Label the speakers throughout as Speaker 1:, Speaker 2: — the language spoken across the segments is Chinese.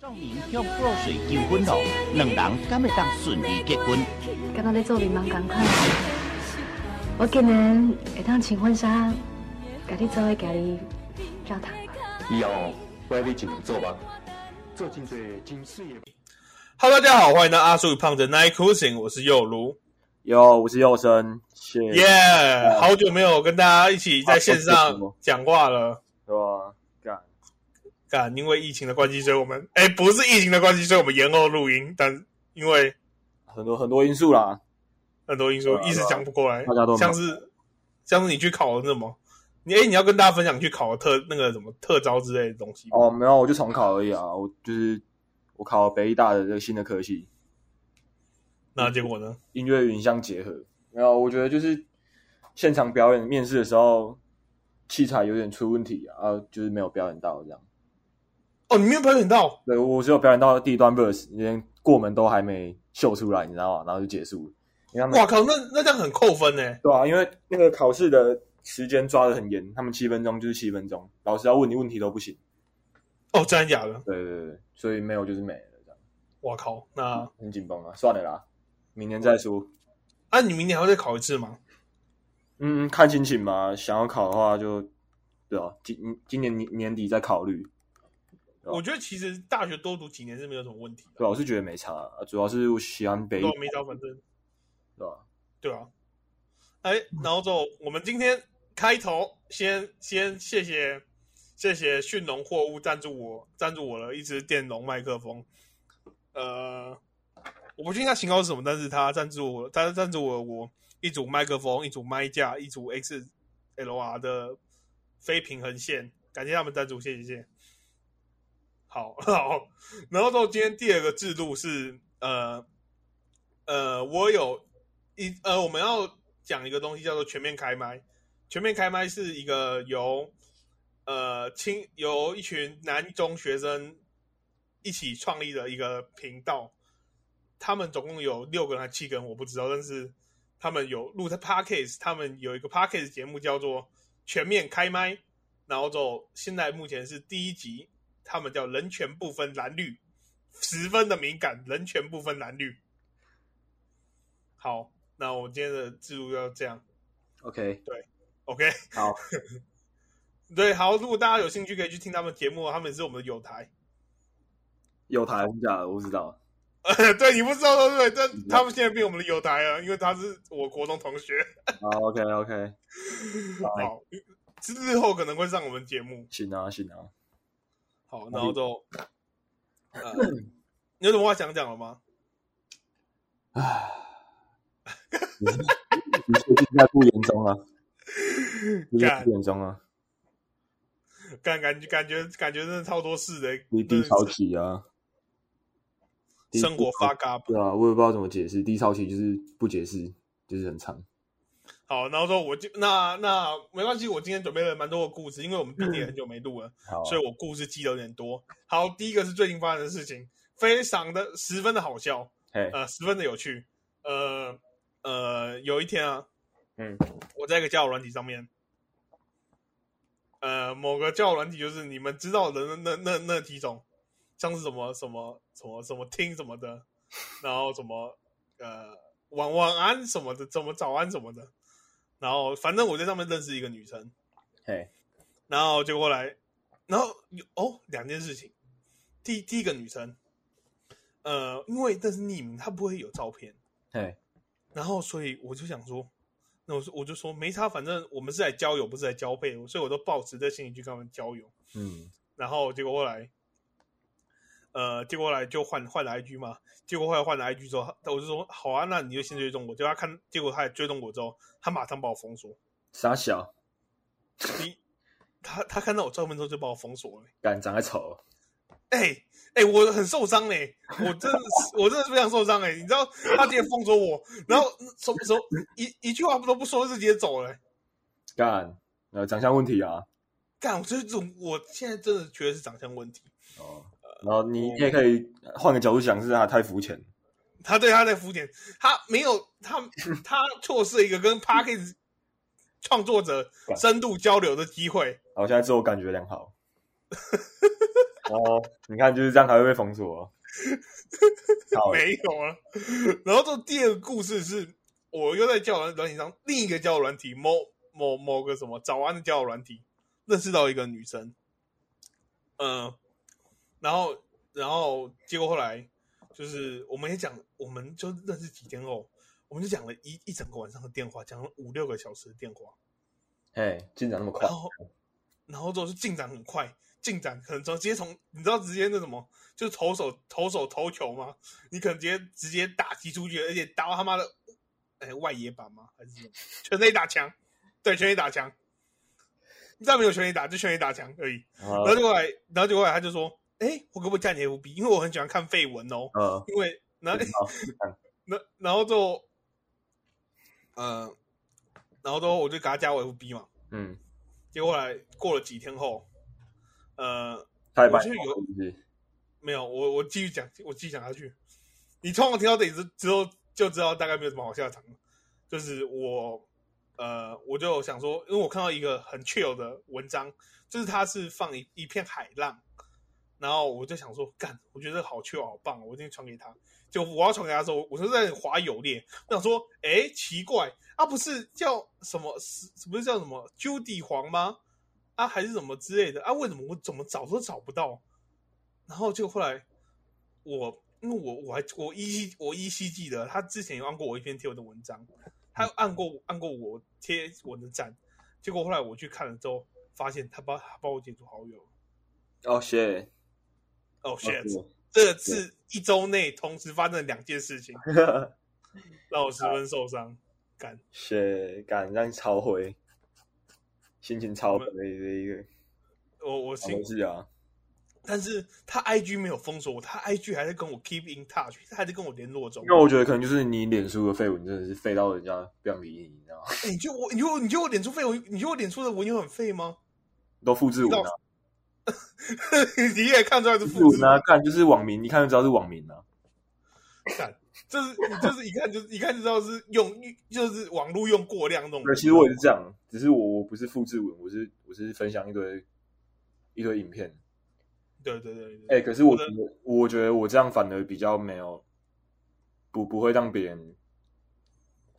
Speaker 1: 众人向泼水求婚咯，两人敢会当顺利结婚？
Speaker 2: 敢若咧做面盲共款。我今年会当穿婚纱，甲你做伙行去教堂。
Speaker 3: 以后我要你一人做梦，做真侪真水的。
Speaker 4: Hello，大家好，欢迎到阿叔与胖子 Night Cruising，我是佑如，
Speaker 5: 哟，我是佑生，谢，
Speaker 4: 耶、好久没有跟大家一起在线
Speaker 5: 啊
Speaker 4: 上
Speaker 5: 不是我
Speaker 4: 讲话了。
Speaker 5: 对吧？干，
Speaker 4: 但因为疫情的关系，所以我们哎，不是疫情的关系，所以我们延后录音，但因为
Speaker 5: 很多很多因素啦，
Speaker 4: 很多因素
Speaker 5: 对啊
Speaker 4: 一时讲不过来，
Speaker 5: 大家都很忙
Speaker 4: 像是像是你去考的什么，你哎、你要跟大家分享你去考的特那个什么特招之类的东西吗
Speaker 5: 哦，没有，我就重考而已啊，我就是我考北医大的这个新的科系，
Speaker 4: 那结果呢？
Speaker 5: 音乐与影像结合。没有，啊我觉得就是现场表演面试的时候，器材有点出问题啊，啊就是没有表演到这样。
Speaker 4: 哦，你没有表演到，
Speaker 5: 对我只有表演到第一段 verse，连过门都还没秀出来，你知道吗？然后就结束了，因为他们
Speaker 4: 哇靠，那那这样很扣分呢。
Speaker 5: 对啊，因为那个考试的时间抓的很严，他们七分钟就是七分钟，老师要问你问题都不行。
Speaker 4: 哦，真的假的？
Speaker 5: 对对对，所以没有就是没了，这样
Speaker 4: 哇靠，那
Speaker 5: 很紧绷啊。算了啦，明年再说。
Speaker 4: 啊，你明年还要再考一次吗？
Speaker 5: 嗯，看心情吧。想要考的话就，对啊，今今年年年底再考虑。对啊
Speaker 4: 我觉得其实大学多读几年是没有什么问题的，
Speaker 5: 对啊、我是觉得没差啊，主要是我喜欢北一
Speaker 4: 都，没招反正。
Speaker 5: 对吧、
Speaker 4: 对啊，哎，然后就我们今天开头先先谢谢谢谢迅龙货物赞助我赞助我了一支电容麦克风，呃，我不确定它型号是什么，但是它赞助我，它赞助我我一组麦克风、一组麦架、一组 XLR 的非平衡线，感谢他们赞助，谢谢谢谢。好好，然后到今天第二个制度是呃呃，我有一呃，我们要讲一个东西叫做全面开麦。全面开麦是一个由呃青由一群南中学生一起创立的一个频道，他们总共有六个人还七个人，我不知道，但是他们有录的 podcast，他们有一个 podcast 节目叫做全面开麦，然后就现在目前是第一集，他们叫人权不分蓝绿，十分的敏感，人权不分蓝绿。好，那我今天的制度要这样
Speaker 5: o k
Speaker 4: ，OK？
Speaker 5: 好，
Speaker 4: 对，好，如果大家有兴趣，可以去听他们节目，他们也是我们的友台。
Speaker 5: 有台真假的我不知道。
Speaker 4: 呃对，你不知道对不对？
Speaker 5: 嗯
Speaker 4: 但他们现在变我们的友台了，因为他是我国中同学。
Speaker 5: 好，OK OK，
Speaker 4: 好，日后可能会上我们节目。
Speaker 5: 行啊行啊，
Speaker 4: 好，然后就，呃，你有什么话想讲了吗？
Speaker 5: 一切尽在不言中啊，尽在
Speaker 4: 干
Speaker 5: 不言中啊，
Speaker 4: 感感觉感觉感觉真的超多事的，
Speaker 5: 低低潮期啊，低
Speaker 4: 生活发嘎
Speaker 5: 对啊，我也不知道怎么解释。低潮期就是不解释，就是很长。
Speaker 4: 好，然后说我就那那没关系，我今天准备了蛮多的故事，因为我们毕竟也很久没录了，
Speaker 5: 好啊，
Speaker 4: 所以我故事记得有点多。好，第一个是最近发生的事情，非常的十分的好笑，
Speaker 5: 嘿，
Speaker 4: 呃，十分的有趣。呃呃，有一天啊，
Speaker 5: 嗯，
Speaker 4: 我在一个交友软体上面，呃，某个交友软体就是你们知道的那那那那几种，像是什么什么什么什么听什么的，然后什么呃晚晚安什么的，怎么早安什么的，然后反正我在上面认识一个女生，
Speaker 5: 嘿，
Speaker 4: 然后就过来，然后有哦两件事情，第第一个女生，呃，因为这是匿名，她不会有照片，
Speaker 5: 嘿，
Speaker 4: 然后所以我就想说，那我说我就说没差，反正我们是来交友，不是来交配，所以我都抱持在心里去跟他们交友。
Speaker 5: 嗯，
Speaker 4: 然后结果后来，呃，结果后来就换换了 IG 嘛，结果后来换了 IG 之后，他我就说好啊，那你就先追踪我。结果他看，结果他也追踪我之后，他马上把我封锁。
Speaker 5: 傻小，
Speaker 4: 你他他看到我照片之后就把我封锁了。
Speaker 5: 敢长得丑，
Speaker 4: 哎、哎、我很受伤嘞、我真的是我真的是非常受伤哎、你知道他直接封锁我，然后什么时候一一句话都不说，就直接走了欸、
Speaker 5: 干，呃，长相问题啊。
Speaker 4: 干，我这种我现在真的觉得是长相问题。
Speaker 5: 哦，然后你也可以换个角度想，是他太肤浅。
Speaker 4: 他对他在敷衍，他没有他他错失了一个跟 Parkes 创作者深度交流的机会。
Speaker 5: 好，现在自我感觉良好。哦，你看就是这样还会被封锁、哦。好，
Speaker 4: 没有了。然后这第二个故事是，我又在交友软体上另一个交友软体某某某个什么早安的交友软体认识到一个女生，嗯、然后然后结果后来就是我们也讲，我们就认识几天后，我们就讲了一一整个晚上的电话，讲了五六个小时的电话，
Speaker 5: 哎，进展那么快
Speaker 4: 然，后，然后之后就进展很快，进展可能从直接从你知道直接那什么，就是投手投手投球吗？你可能直接直接打击出去，而且打到他妈的，哎、外野板吗？还是什么全垒打墙？对，全垒打墙。你知道没有全垒打，就全垒打墙而已。然后
Speaker 5: 呃
Speaker 4: 就后来，然后就后来他就说：“哎、我可不可以加你 FB？因为我很喜欢看绯闻哦。
Speaker 5: 呃，
Speaker 4: 因为然
Speaker 5: 不
Speaker 4: 后嗯
Speaker 5: 知道
Speaker 4: 那 然后就，呃，然后之后我就给他加我 FB 嘛。
Speaker 5: 嗯，
Speaker 4: 结果后来过了几天后，呃，
Speaker 5: 他也把
Speaker 4: 我就
Speaker 5: 你
Speaker 4: 有
Speaker 5: 封是不是
Speaker 4: 没有，我我继续讲，我继续讲下去。你通常听到这里之之后，就知道大概没有什么好下场了。就是我，呃，我就想说，因为我看到一个很 chill 的文章，就是它是放一一片海浪，然后我就想说，干，我觉得好 chill，好棒，我一定传给他。就我要传给他的时候，我就在划友列，我想说，哎，奇怪，啊，不是叫什么，是不是叫什么 Judy 黄吗？啊，还是什么之类的？啊，为什么我怎么找都找不到？然后就后来我，因为我我还我依稀我依稀记得他之前有按过我一篇贴文的文章，他按过按过我贴文的赞，结果后来我去看了之后，发现他把他把我解除好友了。
Speaker 5: 哦，谢，
Speaker 4: 哦、
Speaker 5: 谢
Speaker 4: shit！这次一周内同时发生了两件事情，让我十分受伤。干，
Speaker 5: 谢，敢让你超回，心情超回的一个
Speaker 4: 我我
Speaker 5: 好
Speaker 4: 心
Speaker 5: 东西啊，
Speaker 4: 但是他 IG 没有封锁我，他 IG 还在跟我 keep in touch，他还在跟我联络中
Speaker 5: 因。为我觉得可能就是你脸书的绯闻真的是废到人家不想理你，你知道吗？
Speaker 4: 哎、你觉得我，你觉得我，你觉得我脸书废文，你觉得我脸书的文有很废吗？
Speaker 5: 都复制文啊，
Speaker 4: 你也看出来是
Speaker 5: 复
Speaker 4: 复
Speaker 5: 制
Speaker 4: 制
Speaker 5: 文啊，看就是网民，一看就知道是网民啊。
Speaker 4: 干，这是你就是一看就是一看就知道是用就是网络用过量那种。
Speaker 5: 对，其实我也是这样，只是我我不是复制文，我是我是分享一堆一堆影片。
Speaker 4: 对对对对，
Speaker 5: 哎、可是
Speaker 4: 我
Speaker 5: 我觉
Speaker 4: 的
Speaker 5: 得我觉得我这样反而比较没有不不会让别人，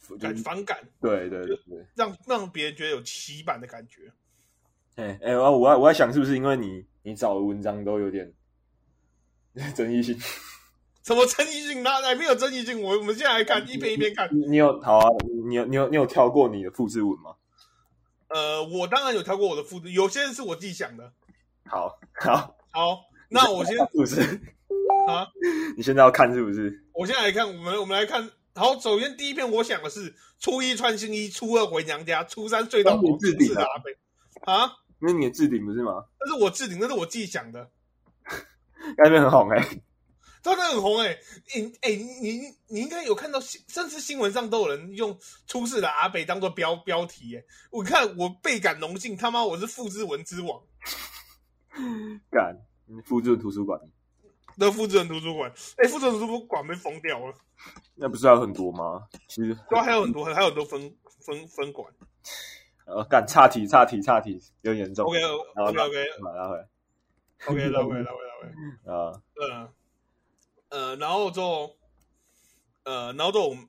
Speaker 5: 就
Speaker 4: 感
Speaker 5: 是
Speaker 4: 反感，
Speaker 5: 对对对对。
Speaker 4: 让让别人觉得有骑版的感觉。
Speaker 5: 哎、哎、然后我在我在想是不是因为你你找的文章都有点 争议性？
Speaker 4: 什么争议性？那还没有争议性，我我们现在来看一篇一篇看。
Speaker 5: 你你有好啊？你有你有你有跳过你的复制文吗？
Speaker 4: 呃，我当然有调过我的复制，有些是我自己想的。
Speaker 5: 好好，
Speaker 4: 好，那我先
Speaker 5: 是不是？
Speaker 4: 啊，
Speaker 5: 你现在要看是不是？
Speaker 4: 我先来看，我们我们来看。好，首先第一篇我想的是初一穿新衣，初二回娘家，初三睡到
Speaker 5: 那你
Speaker 4: 饱，初
Speaker 5: 置顶
Speaker 4: 四
Speaker 5: 啊
Speaker 4: 拉菲啊，
Speaker 5: 因为你的置顶不是吗？
Speaker 4: 那是我置顶，那是我自己想的。
Speaker 5: 那边很红哎、
Speaker 4: 真的很红哎、欸，你哎、你你你应该有看到新，甚至新闻上都有人用出事的阿北当做标标题哎、我看我倍感荣幸，他妈我是复制文之王
Speaker 5: 干，你复制图书馆，
Speaker 4: 的复制人图书馆，哎、复制人图书馆被封掉了，
Speaker 5: 那不是还有很多吗？其实，
Speaker 4: 对啊，还有很多还有很多分分分馆。
Speaker 5: 呃，干，岔题，岔题，岔题，有点严重。
Speaker 4: OK OK OK
Speaker 5: 马拉回来，
Speaker 4: OK，拉回来拉回来拉回来。
Speaker 5: 啊，
Speaker 4: 呃呃，然后就呃，然后就我们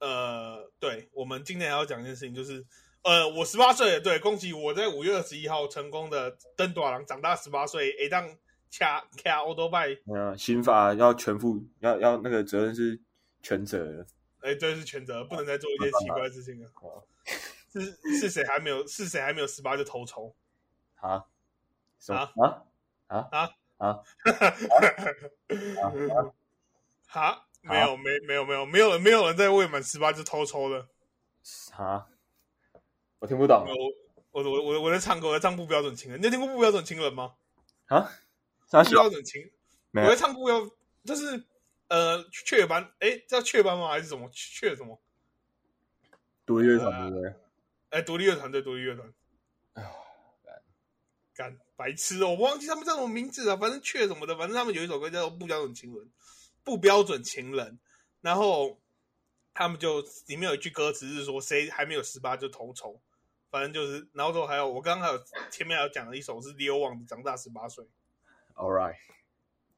Speaker 4: 呃，对我们今天还要讲一件事情，就是呃，我十八岁了，对，恭喜我在五月二十一号成功的登短廊，长大十八岁，诶，当卡卡欧多拜，
Speaker 5: 那刑法要全负，要要那个责任是全责的。
Speaker 4: 哎，对，是全责，不能再做一些奇怪的事情了。是是谁还没有？是谁还没有十八就头筹？
Speaker 5: 啊？什么
Speaker 4: 啊
Speaker 5: 啊？
Speaker 4: 哈，没有，没没有没有没有人没有人在未满十八就偷抽的。
Speaker 5: 啊？我听不懂
Speaker 4: 没有哦我我我我在唱歌，我在唱不标准情人。你有听过不标准情人吗？
Speaker 5: 啊？啥
Speaker 4: 不
Speaker 5: 小
Speaker 4: 标准情
Speaker 5: 没
Speaker 4: 我
Speaker 5: 有
Speaker 4: 在唱不标，就是呃雀斑，哎，叫雀斑吗？还是什么雀什么？
Speaker 5: 独立乐团对不对？
Speaker 4: 哎，独立乐团对独立乐团。
Speaker 5: 哎
Speaker 4: 干白痴哦，我忘记他们叫什么名字了，啊反正雀什么的，反正他们有一首歌叫做《不标准情人》，不标准情人。然后他们就里面有一句歌词是说谁还没有十八就头筹，反正就是，然后之后还有我刚刚还有前面还有讲了一首是流亡的长大十八岁，
Speaker 5: ，All right，啊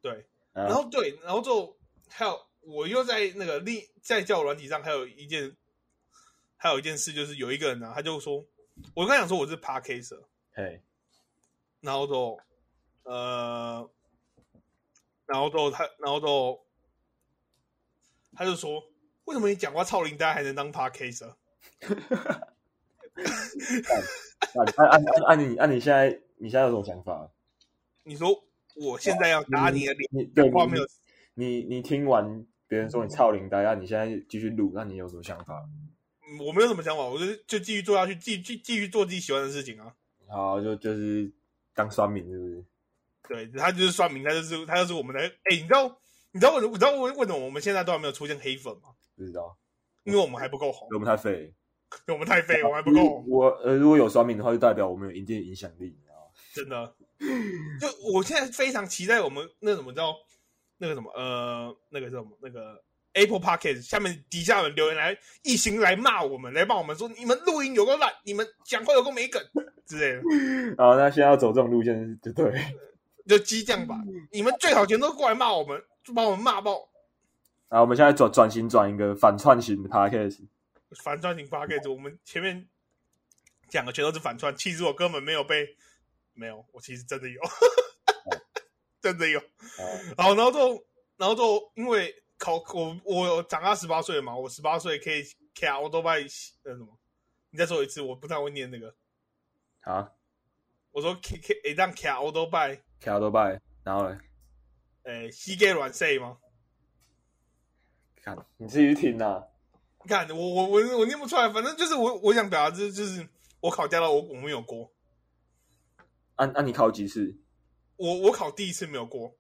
Speaker 4: 对，
Speaker 5: 然
Speaker 4: 然后对，然后就还有我又在那个另在教软体上还有一件，还有一件事就是有一个人呢、啊他就说，我刚想说我是 p a r k a s e r
Speaker 5: 嘿，
Speaker 4: 然后就呃，然后就他，然后就他就说，为什么你讲话超龄呆还能当 p a r k a s e r
Speaker 5: 按按按按你按啊你现在你现在有什么想法？
Speaker 4: 你说我现在要打你的脸，
Speaker 5: 你对
Speaker 4: 讲
Speaker 5: 你
Speaker 4: 话没有
Speaker 5: 你你听完别人说你操林呆，那啊你现在继续录，那你有什么想法？
Speaker 4: 嗯我没有什么想法，我就就继续做下去，继继继续做自己喜欢的事情啊。
Speaker 5: 好，就就是当酸民是不是？
Speaker 4: 对他就是算命，他就是他就是我们的。哎、你知道你知道为你知道为为什么我们现在都还没有出现黑粉吗？
Speaker 5: 不知道，
Speaker 4: 因为我们还不够红
Speaker 5: 我，们太废了。
Speaker 4: 我们太废，我们还不够红，
Speaker 5: 我呃，如果有酸民的话，就代表我们有一定的影响力，你知道吗？
Speaker 4: 真的。就我现在非常期待我们那什么叫那个什么呃那个叫什么那个 Apple p o c k e t 下面底下有人留言来一行来骂我们，来骂我们说你们录音有个烂，你们讲话有个没梗之类的，
Speaker 5: 好，那现在要走这种路线就对。
Speaker 4: 就激将吧。你们最好全都过来骂我们，就把我们骂爆。
Speaker 5: 然后我们现在转转型转一个反串型的 podcast，
Speaker 4: 反串型 p a c k a g e 我们前面讲的全都是反串，其实我根本没有被，没有，我其实真的有，真的有。然后，然后就，然后就因为考我，我长大十八岁了嘛，我十八岁可以 K R O 都拜呃那什么，你再说一次，我不太会念那个。
Speaker 5: 好，
Speaker 4: 我说欸 K K 一旦 K R O 都拜，
Speaker 5: 卡多拜，然后呢？
Speaker 4: 诶，呃膝盖软碎吗？
Speaker 5: 看你自己去听啊。
Speaker 4: 你看我我我我念不出来，反正就是我我想表达就是就是我考驾照我我没有过，
Speaker 5: 按、按、啊你考几次？
Speaker 4: 我我考第一次没有过，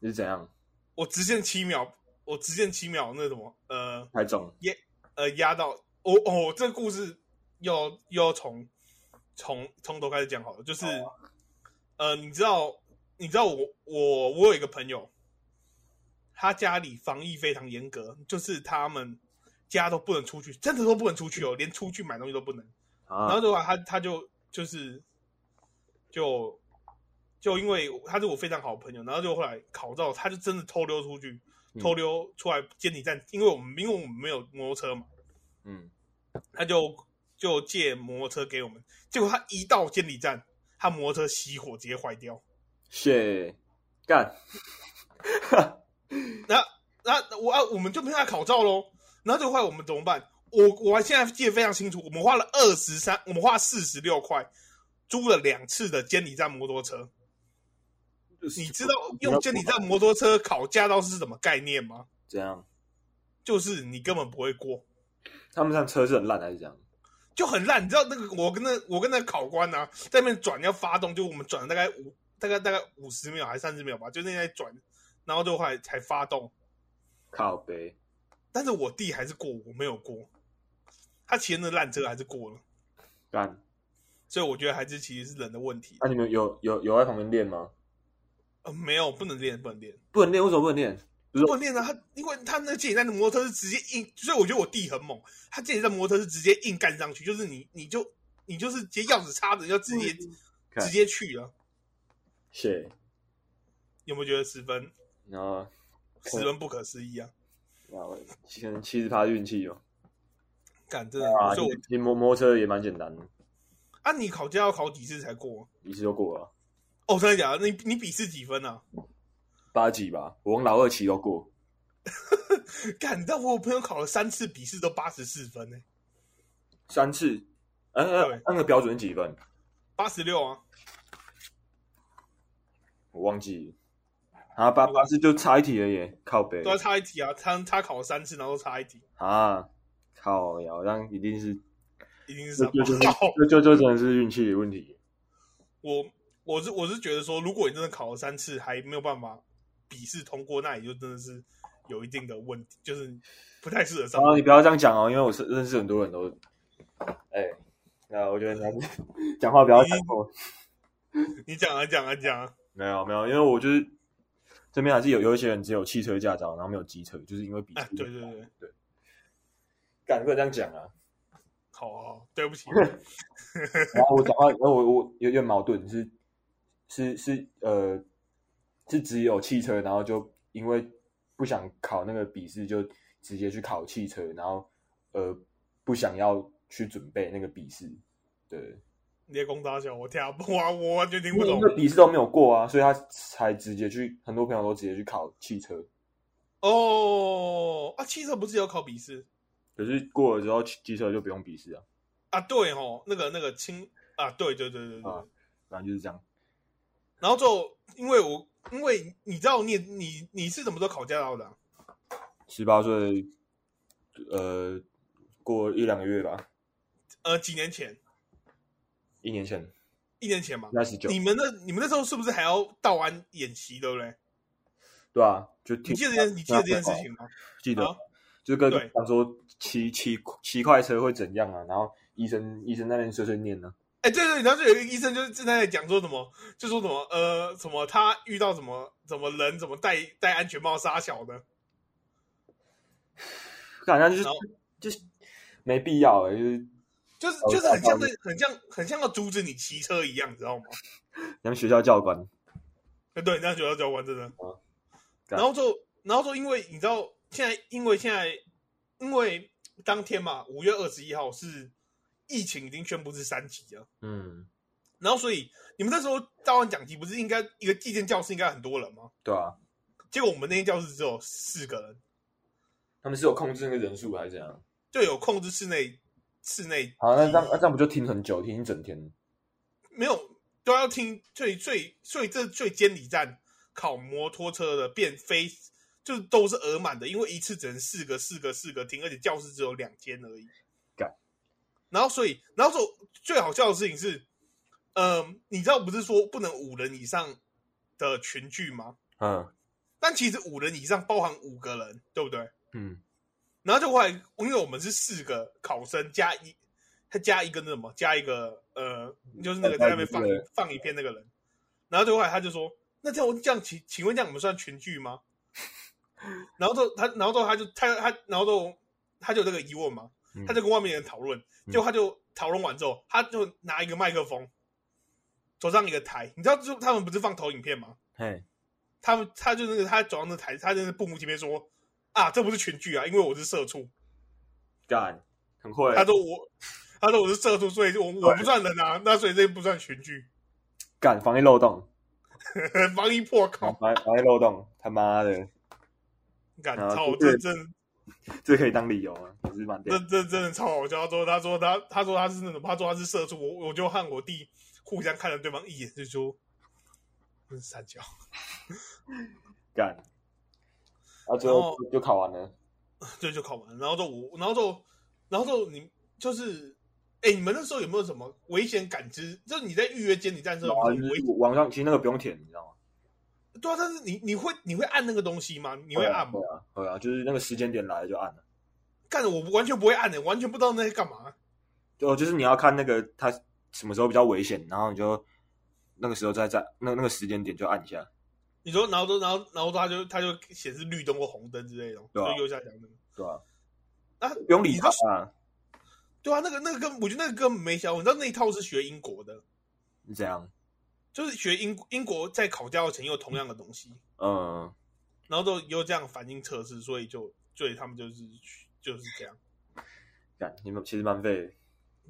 Speaker 5: 你是怎样？
Speaker 4: 我直线七秒，我直线七秒那什么，呃
Speaker 5: 台中
Speaker 4: 呃，压到我哦，这个故事要又要从从从头开始讲好了，就是、呃，你知道你知道我我我有一个朋友，他家里防疫非常严格，就是他们家都不能出去，真的都不能出去哦，连出去买东西都不能。然
Speaker 5: 啊
Speaker 4: 后，的话，他他就就是就就因为他是我非常好的朋友，然后就后来考照，他就真的偷溜出去，
Speaker 5: 嗯
Speaker 4: 偷溜出来监理站，因为我们因为我们没有摩托车嘛，
Speaker 5: 嗯，
Speaker 4: 他就就借摩托车给我们，结果他一到监理站，他摩托车熄火直接坏掉，
Speaker 5: 谢干，
Speaker 4: 那那我啊我们就没有考照喽，然后就后来我们怎么办？我我还现在记得非常清楚，我们花了二十三，我们花四十六块，租了两次的监理站摩托车。你知道用监理站摩托车考驾照是什么概念吗？
Speaker 5: 怎样？
Speaker 4: 就是你根本不会过，
Speaker 5: 他们上车是很烂还是怎样？
Speaker 4: 就很烂。你知道那个我跟那我跟那个考官啊，在那边转要发动，就我们转了大概五大概大概五十秒还是三十秒吧，就那在转，然后就后来才发动。
Speaker 5: 靠背，
Speaker 4: 但是我弟还是过，我没有过。他骑的那烂车还是过了，
Speaker 5: 干。啊
Speaker 4: 所以我觉得还是其实是人的问题。
Speaker 5: 那、你们有有有在旁边练吗？
Speaker 4: 呃，没有不能练，不能练，
Speaker 5: 不能练，为什么不能练？
Speaker 4: 不能练啊！他因为他那个健力站的摩托车是直接硬，所以我觉得我弟很猛。他健力站摩托车是直接硬干上去，就是你你就你就是直接钥匙插着，就直接
Speaker 5: 看
Speaker 4: 直接去了。
Speaker 5: 谢，
Speaker 4: 有没有觉得十分
Speaker 5: 然后
Speaker 4: 十分不可思议啊？
Speaker 5: 然后可能七十趴运气哦。
Speaker 4: 干真的，
Speaker 5: 啊，
Speaker 4: 所以我
Speaker 5: 其实摩摩托车也蛮简单的，
Speaker 4: 啊，你考驾要考几次才过？
Speaker 5: 一次就过了，
Speaker 4: 哦，真的假的？你你笔试几分啊？
Speaker 5: 八级吧，我用老二骑都过。
Speaker 4: 干，你知道我有朋友考了三次笔试都八十四分呢、
Speaker 5: 三次，呃
Speaker 4: 对
Speaker 5: 呃，那个标准是几分？
Speaker 4: 八十六啊。
Speaker 5: 我忘记了。啊，八八是就差一题而已，靠北
Speaker 4: 都要差一题啊，他他考了三次，然后差一题，
Speaker 5: 啊，靠呀，那一定是
Speaker 4: 一定是
Speaker 5: 这
Speaker 4: 三
Speaker 5: 就就是
Speaker 4: 好。
Speaker 5: 这就就真的是运气的 问题。
Speaker 4: 我我是我是觉得说，如果你真的考了三次还没有办法笔试通过，那也就真的是有一定的问题，就是不太适合上
Speaker 5: 然。后你不要这样讲哦，因为我是认识很多人都，哎、那我觉得你还是 讲话不要讲
Speaker 4: 嗯
Speaker 5: 过，
Speaker 4: 你讲啊讲啊讲啊，
Speaker 5: 没有没有，因为我就是这边还是有有一些人只有汽车驾照，然后没有机车，就是因为比、
Speaker 4: 哎，对对对，
Speaker 5: 敢不能这样讲啊。
Speaker 4: 好好，对不 起，
Speaker 5: 然后我讲话，然后我我有点矛盾，是是是呃，是只有汽车，然后就因为不想考那个笔试，就直接去考汽车，然后呃不想要去准备那个笔试，对，
Speaker 4: 你也攻大小，我听不哇，我完全听
Speaker 5: 因
Speaker 4: 不
Speaker 5: 为
Speaker 4: 懂。
Speaker 5: 那个笔试都没有过啊，所以他才直接去，很多朋友都直接去考汽车，
Speaker 4: 哦，啊，汽车不是有考笔试
Speaker 5: 可是过了之后汽汽车就不用笔试啊，
Speaker 4: 啊？对哦，那个那个轻啊，对对对对对。
Speaker 5: 啊反正就是这样。
Speaker 4: 然后就因为我因为你知道你你你是什么时候考驾照的啊、
Speaker 5: 十八岁，呃，过一两个月吧，
Speaker 4: 呃，几年前，
Speaker 5: 一年前，
Speaker 4: 一年前嘛。
Speaker 5: 那十九，
Speaker 4: 你们那你们那时候是不是还要到安演习，对不对？
Speaker 5: 对啊，就
Speaker 4: 你
Speaker 5: 听
Speaker 4: 记得这件你记得这件事情吗？
Speaker 5: 记得
Speaker 4: 啊，
Speaker 5: 就跟
Speaker 4: 对
Speaker 5: 讲说骑骑骑快车会怎样啊，然后医生医生那边碎碎念呢、
Speaker 4: 哎，对对，然后就有一个医生就是正在讲说什么，就说什么呃什么他遇到什么什么人怎么戴戴安全帽杀小的，
Speaker 5: 感觉就是
Speaker 4: 然后
Speaker 5: 就是没必要哎、就是
Speaker 4: 就是就是
Speaker 5: 哦
Speaker 4: 很像
Speaker 5: 大
Speaker 4: 在很像很像要阻止你骑车一样，你知道吗？
Speaker 5: 像学校教官，
Speaker 4: 对对，那就要教官真的。
Speaker 5: 干
Speaker 4: 然后就然后就因为你知道现在因为现在因为当天嘛，五月二十一号是疫情已经宣布是三级了。
Speaker 5: 嗯，
Speaker 4: 然后所以你们那时候到完讲题，不是应该一个一间教室应该很多人吗？
Speaker 5: 对啊，
Speaker 4: 结果我们那间教室只有四个人，
Speaker 5: 他们是有控制那个人数还是怎样？
Speaker 4: 就有控制室内室内
Speaker 5: 好，那这样那这样不就听很久，听一整天？
Speaker 4: 没有都要听最最最这最监理站考摩托车的变非就是都是额满的，因为一次只能四个四个四个听，而且教室只有两间而已
Speaker 5: 干。
Speaker 4: 然后所以然后就最好笑的事情是，嗯、你知道不是说不能五人以上的群聚吗？
Speaker 5: 嗯
Speaker 4: 但其实五人以上包含五个人，对不对？
Speaker 5: 嗯，
Speaker 4: 然后就后来，因为我们是四个考生加一，他加一个那什么，加一个呃，就是那个在那边放
Speaker 5: 嗯对
Speaker 4: 放一片那个人。然后就后来他就说：“那这样我这样，请请问这样我们算群聚 吗？”然后就他，然后就他就他他，然后就他就有这个疑问嘛，
Speaker 5: 嗯
Speaker 4: 他就跟外面人讨论，
Speaker 5: 嗯
Speaker 4: 结果他就讨论完之后，他就拿一个麦克风，走上一个台，你知道，就他们不是放投影片吗？
Speaker 5: 嘿，
Speaker 4: 他们他就那个他走上那台，他在那布幕前面说啊，这不是群聚啊，因为我是社畜。
Speaker 5: 干，很会
Speaker 4: 他说我，他说我是社畜，所以我我不算人啊，那所以这不算群聚，
Speaker 5: 干防疫漏洞，
Speaker 4: 防疫破
Speaker 5: 防
Speaker 4: 口，
Speaker 5: 防疫漏洞，他妈的，
Speaker 4: 感
Speaker 5: 啊
Speaker 4: 操，这
Speaker 5: 对
Speaker 4: 真
Speaker 5: 这可以当理由啊，也是蛮屌
Speaker 4: 这。这真的超好笑。他说他说他他说他是那种，他说他是社畜，我我就和我弟互相看了对方一眼，就说。嗯三角，
Speaker 5: 干，啊，最
Speaker 4: 然
Speaker 5: 后
Speaker 4: 后
Speaker 5: 就就考完了。
Speaker 4: 这就考完，然后就我，然后就，然后就你就是，哎、你们那时候有没有什么危险感知？就是你在预约监理站的时候，有没有什么危
Speaker 5: 啊就是网上其实那个不用填，你知道吗？
Speaker 4: 对啊，但是你你会你会按那个东西吗？你会按吗
Speaker 5: 对？啊，对啊，就是那个时间点来了就按了。
Speaker 4: 干的我完全不会按的、完全不知道那些干嘛。
Speaker 5: 就就是你要看那个它什么时候比较危险，然后你就那个时候再在那那个时间点就按一下。
Speaker 4: 你说，然后都然后然后他就他就显示绿灯或红灯之类的，
Speaker 5: 对啊
Speaker 4: 就右下角那个。
Speaker 5: 对啊，
Speaker 4: 啊，
Speaker 5: 不用理
Speaker 4: 你
Speaker 5: 他
Speaker 4: 都
Speaker 5: 啊，
Speaker 4: 对啊，那个那个跟我觉得那个根本没想过，你知道那一套是学英国的，
Speaker 5: 是这样。
Speaker 4: 就是学英英国在考驾照前也有同样的东西，
Speaker 5: 嗯，
Speaker 4: 然后都有这样反应测试，所以就所以他们就是就是这样，
Speaker 5: 干，你们其实蛮废的，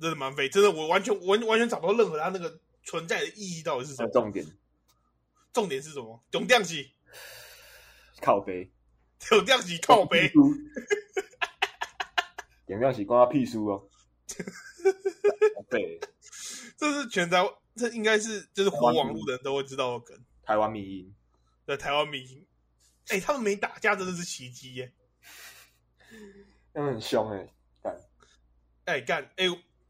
Speaker 4: 真的蛮废，真的我完全完完全找不到任何它那个存在的意义到底是什
Speaker 5: 那
Speaker 4: 么，
Speaker 5: 重点
Speaker 4: 重点是什么？总量级，
Speaker 5: 靠背，
Speaker 4: 总量级靠背。
Speaker 5: 有没有喜关他屁书哦？对，
Speaker 4: 这是全台，这应该是就是活网路的人都会知道的梗，
Speaker 5: 台湾民音，
Speaker 4: 在台湾民音。哎、他们没打架真的是奇迹耶！
Speaker 5: 那个很凶哎、
Speaker 4: 哎、干哎、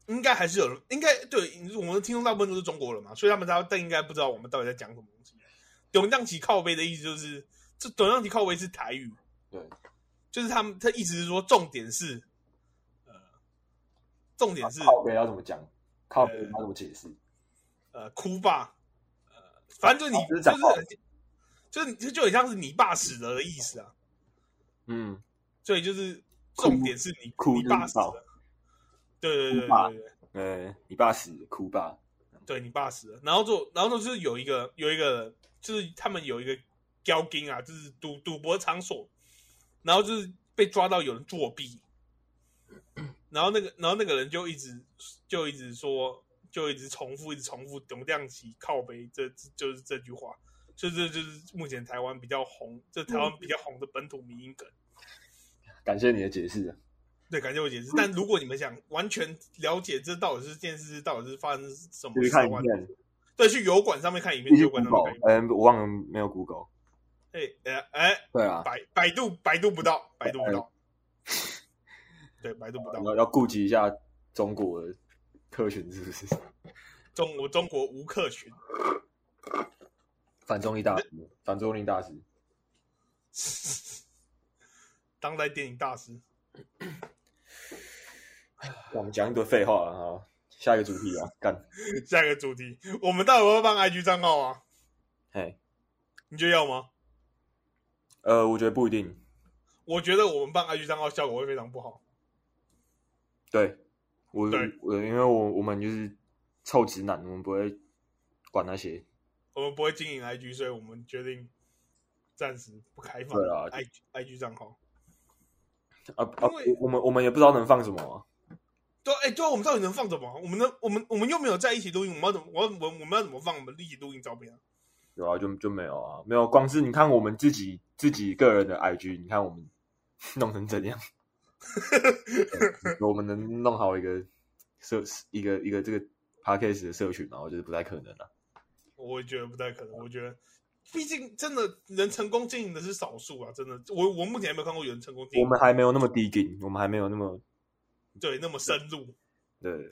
Speaker 4: 应该还是有人，应该对我们的听众大部分都是中国人嘛，所以他们他但应该不知道我们到底在讲什么东西。董亮旗靠背的意思就是，这董亮旗靠背是台语，
Speaker 5: 对，
Speaker 4: 就是他们他意思是说重点是，呃，重点是
Speaker 5: 靠背要怎么讲？靠背要怎么解释？
Speaker 4: 呃哭吧，呃，反正就你
Speaker 5: 哦
Speaker 4: 就
Speaker 5: 这
Speaker 4: 是是
Speaker 5: 讲话
Speaker 4: 很就是就就很像是你爸死了的意思啊。
Speaker 5: 嗯，
Speaker 4: 所以就是重点是你
Speaker 5: 哭
Speaker 4: 你
Speaker 5: 就是
Speaker 4: 爸死
Speaker 5: 爆
Speaker 4: 了，对对对
Speaker 5: 哭爸
Speaker 4: 对对对，
Speaker 5: 呃，你爸死，哭爸，
Speaker 4: 对你爸死了，然后就然后就是有一个有一个就是他们有一个交金啊，就是赌赌博场所，然后就是被抓到有人作弊，然后那个然后那个人就一直就一直说，就一直重复，一直重复“董亮起靠北”这这就是这句话，所以这就是目前台湾比较红，这台
Speaker 5: 嗯
Speaker 4: 湾比较红的本土民音梗。
Speaker 5: 感谢你的解释啊。
Speaker 4: 对，感谢我解
Speaker 5: 嗯
Speaker 4: 释。但如果你们想完全了解这到底是件事到底是发生什么
Speaker 5: 就
Speaker 4: 事
Speaker 5: 是
Speaker 4: 的
Speaker 5: 看
Speaker 4: 话
Speaker 5: 影，片，
Speaker 4: 对，去油管上面看影片，去
Speaker 5: 必须
Speaker 4: 油管上面看
Speaker 5: Google，
Speaker 4: 影
Speaker 5: 嗯，我忘了没有 Google。
Speaker 4: 片。哎哎哎，
Speaker 5: 对啊，
Speaker 4: 百百度百度不到，百度不 到。对，百度不到。
Speaker 5: 要要顾及一下中国的特权是不是？
Speaker 4: 中我中国无客群，
Speaker 5: 反中立大使， 反中立大使。
Speaker 4: 当代电影大师。
Speaker 5: 我们讲一堆废话了哈，下一个主题啊，干，
Speaker 4: 下一个主题，我们到底要不要办 IG 账号啊？
Speaker 5: 嘿，
Speaker 4: 你觉得要吗？
Speaker 5: 呃，我觉得不一定，
Speaker 4: 我觉得我们办 IG 账号效果会非常不好。
Speaker 5: 对我
Speaker 4: 对
Speaker 5: 我因为我我们就是臭直男，我们不会管那些，
Speaker 4: 我们不会经营 IG，所以我们决定暂时不开放
Speaker 5: 对啊
Speaker 4: IG IG 账号。
Speaker 5: 啊啊
Speaker 4: 因为，
Speaker 5: 我们我们也不知道能放什么、啊，
Speaker 4: 对啊，哎、对啊，我们到底能放什么？我们能，我们我们又没有在一起录音，我们要怎么，我要我我们要怎么放我们一起录音照片啊？
Speaker 5: 对啊，就就没有啊，没有，光是你看我们自己自己个人的 IG，你看我们弄成怎样， 对我们能弄好一个社一个一个这个 podcast 的社群吗？我觉得不太可能啊，
Speaker 4: 我觉得不太可能，我觉得。毕竟，真的能成功经营的是少数啊！真的，我我目前还没有看过有人成功经
Speaker 5: 我
Speaker 4: 营
Speaker 5: 们还没有那么低劲，我们还没有那么
Speaker 4: 对那么深入。
Speaker 5: 对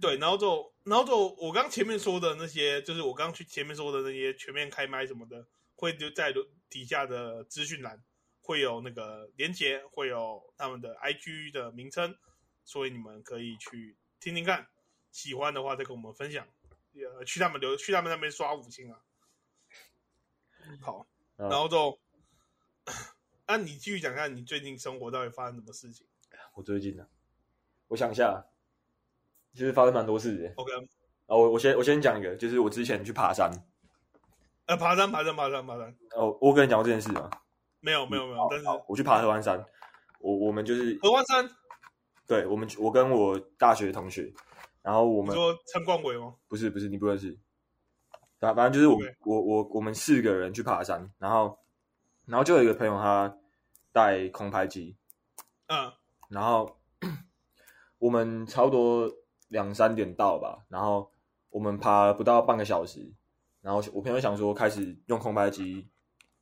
Speaker 4: 对，然后就，然后就我刚前面说的那些，就是我刚去前面说的那些全面开麦什么的，会就在底下的资讯栏会有那个连接，会有他们的 IG 的名称，所以你们可以去听听看，喜欢的话再跟我们分享，呃，去他们留去他们那边刷五星啊。好，
Speaker 5: 嗯
Speaker 4: 然后就，那、你继续讲看你最近生活到底发生什么事情
Speaker 5: 我最近呢、啊我想一下，其实发生蛮多事的。
Speaker 4: ？OK，
Speaker 5: 啊，我我先我先讲一个，就是我之前去爬山。
Speaker 4: 呃，爬山，爬山，爬山，爬山，
Speaker 5: 哦，我跟你讲过这件事吗？
Speaker 4: 没有，没有，没有，但是。
Speaker 5: 我去爬合欢山，我我们就是
Speaker 4: 合欢山，
Speaker 5: 对我们我跟我大学同学，然后我
Speaker 4: 你
Speaker 5: 们
Speaker 4: 说陈冠伟吗？
Speaker 5: 不是不是你不认识，反反正就是我
Speaker 4: OK
Speaker 5: 我我我们四个人去爬山，然后然后就有一个朋友他带空拍机，
Speaker 4: 嗯，
Speaker 5: 然后我们差不多两三点到吧，然后我们爬了不到半个小时，然后我朋友想说开始用空拍机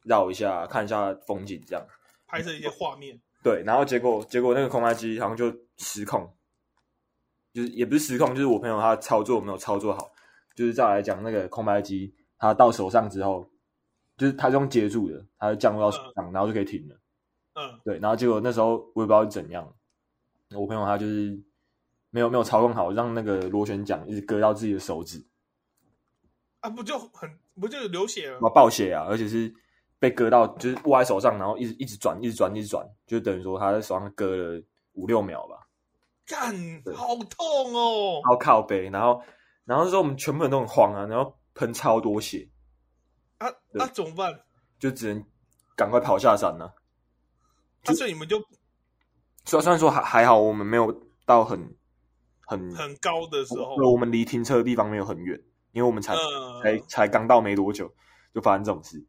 Speaker 5: 绕一下，看一下风景这样，
Speaker 4: 拍摄一些画面，
Speaker 5: 对，然后结果结果那个空拍机好像就失控，就是也不是失控，就是我朋友他操作没有操作好，就是再来讲那个空拍机，它到手上之后，就是它是用接住的，它就降落到手上，然后就可以停了。
Speaker 4: 嗯，
Speaker 5: 对，然后结果那时候我也不知道是怎样，我朋友他就是没有没有操控好，让那个螺旋桨一直割到自己的手指，
Speaker 4: 啊，不就很不就流血了
Speaker 5: 哇，？爆血啊，而且是被割到，就是握在手上，然后一直一直转，一直转，一直转，就等于说他在手上割了五六秒吧，
Speaker 4: 干
Speaker 5: 对，
Speaker 4: 好痛哦！
Speaker 5: 然后靠背，然后然后那时候我们全部人都很慌啊，然后喷超多血，
Speaker 4: 啊
Speaker 5: 对
Speaker 4: 啊，怎么办？
Speaker 5: 就只能赶快跑下山了、
Speaker 4: 啊，所以你们就
Speaker 5: 虽然虽然说还还好，我们没有到很很，
Speaker 4: 很高的时候
Speaker 5: 对，，我们离停车的地方没有很远，因为我们才。才
Speaker 4: 嗯，
Speaker 5: 才刚到没多久，就发生这种事。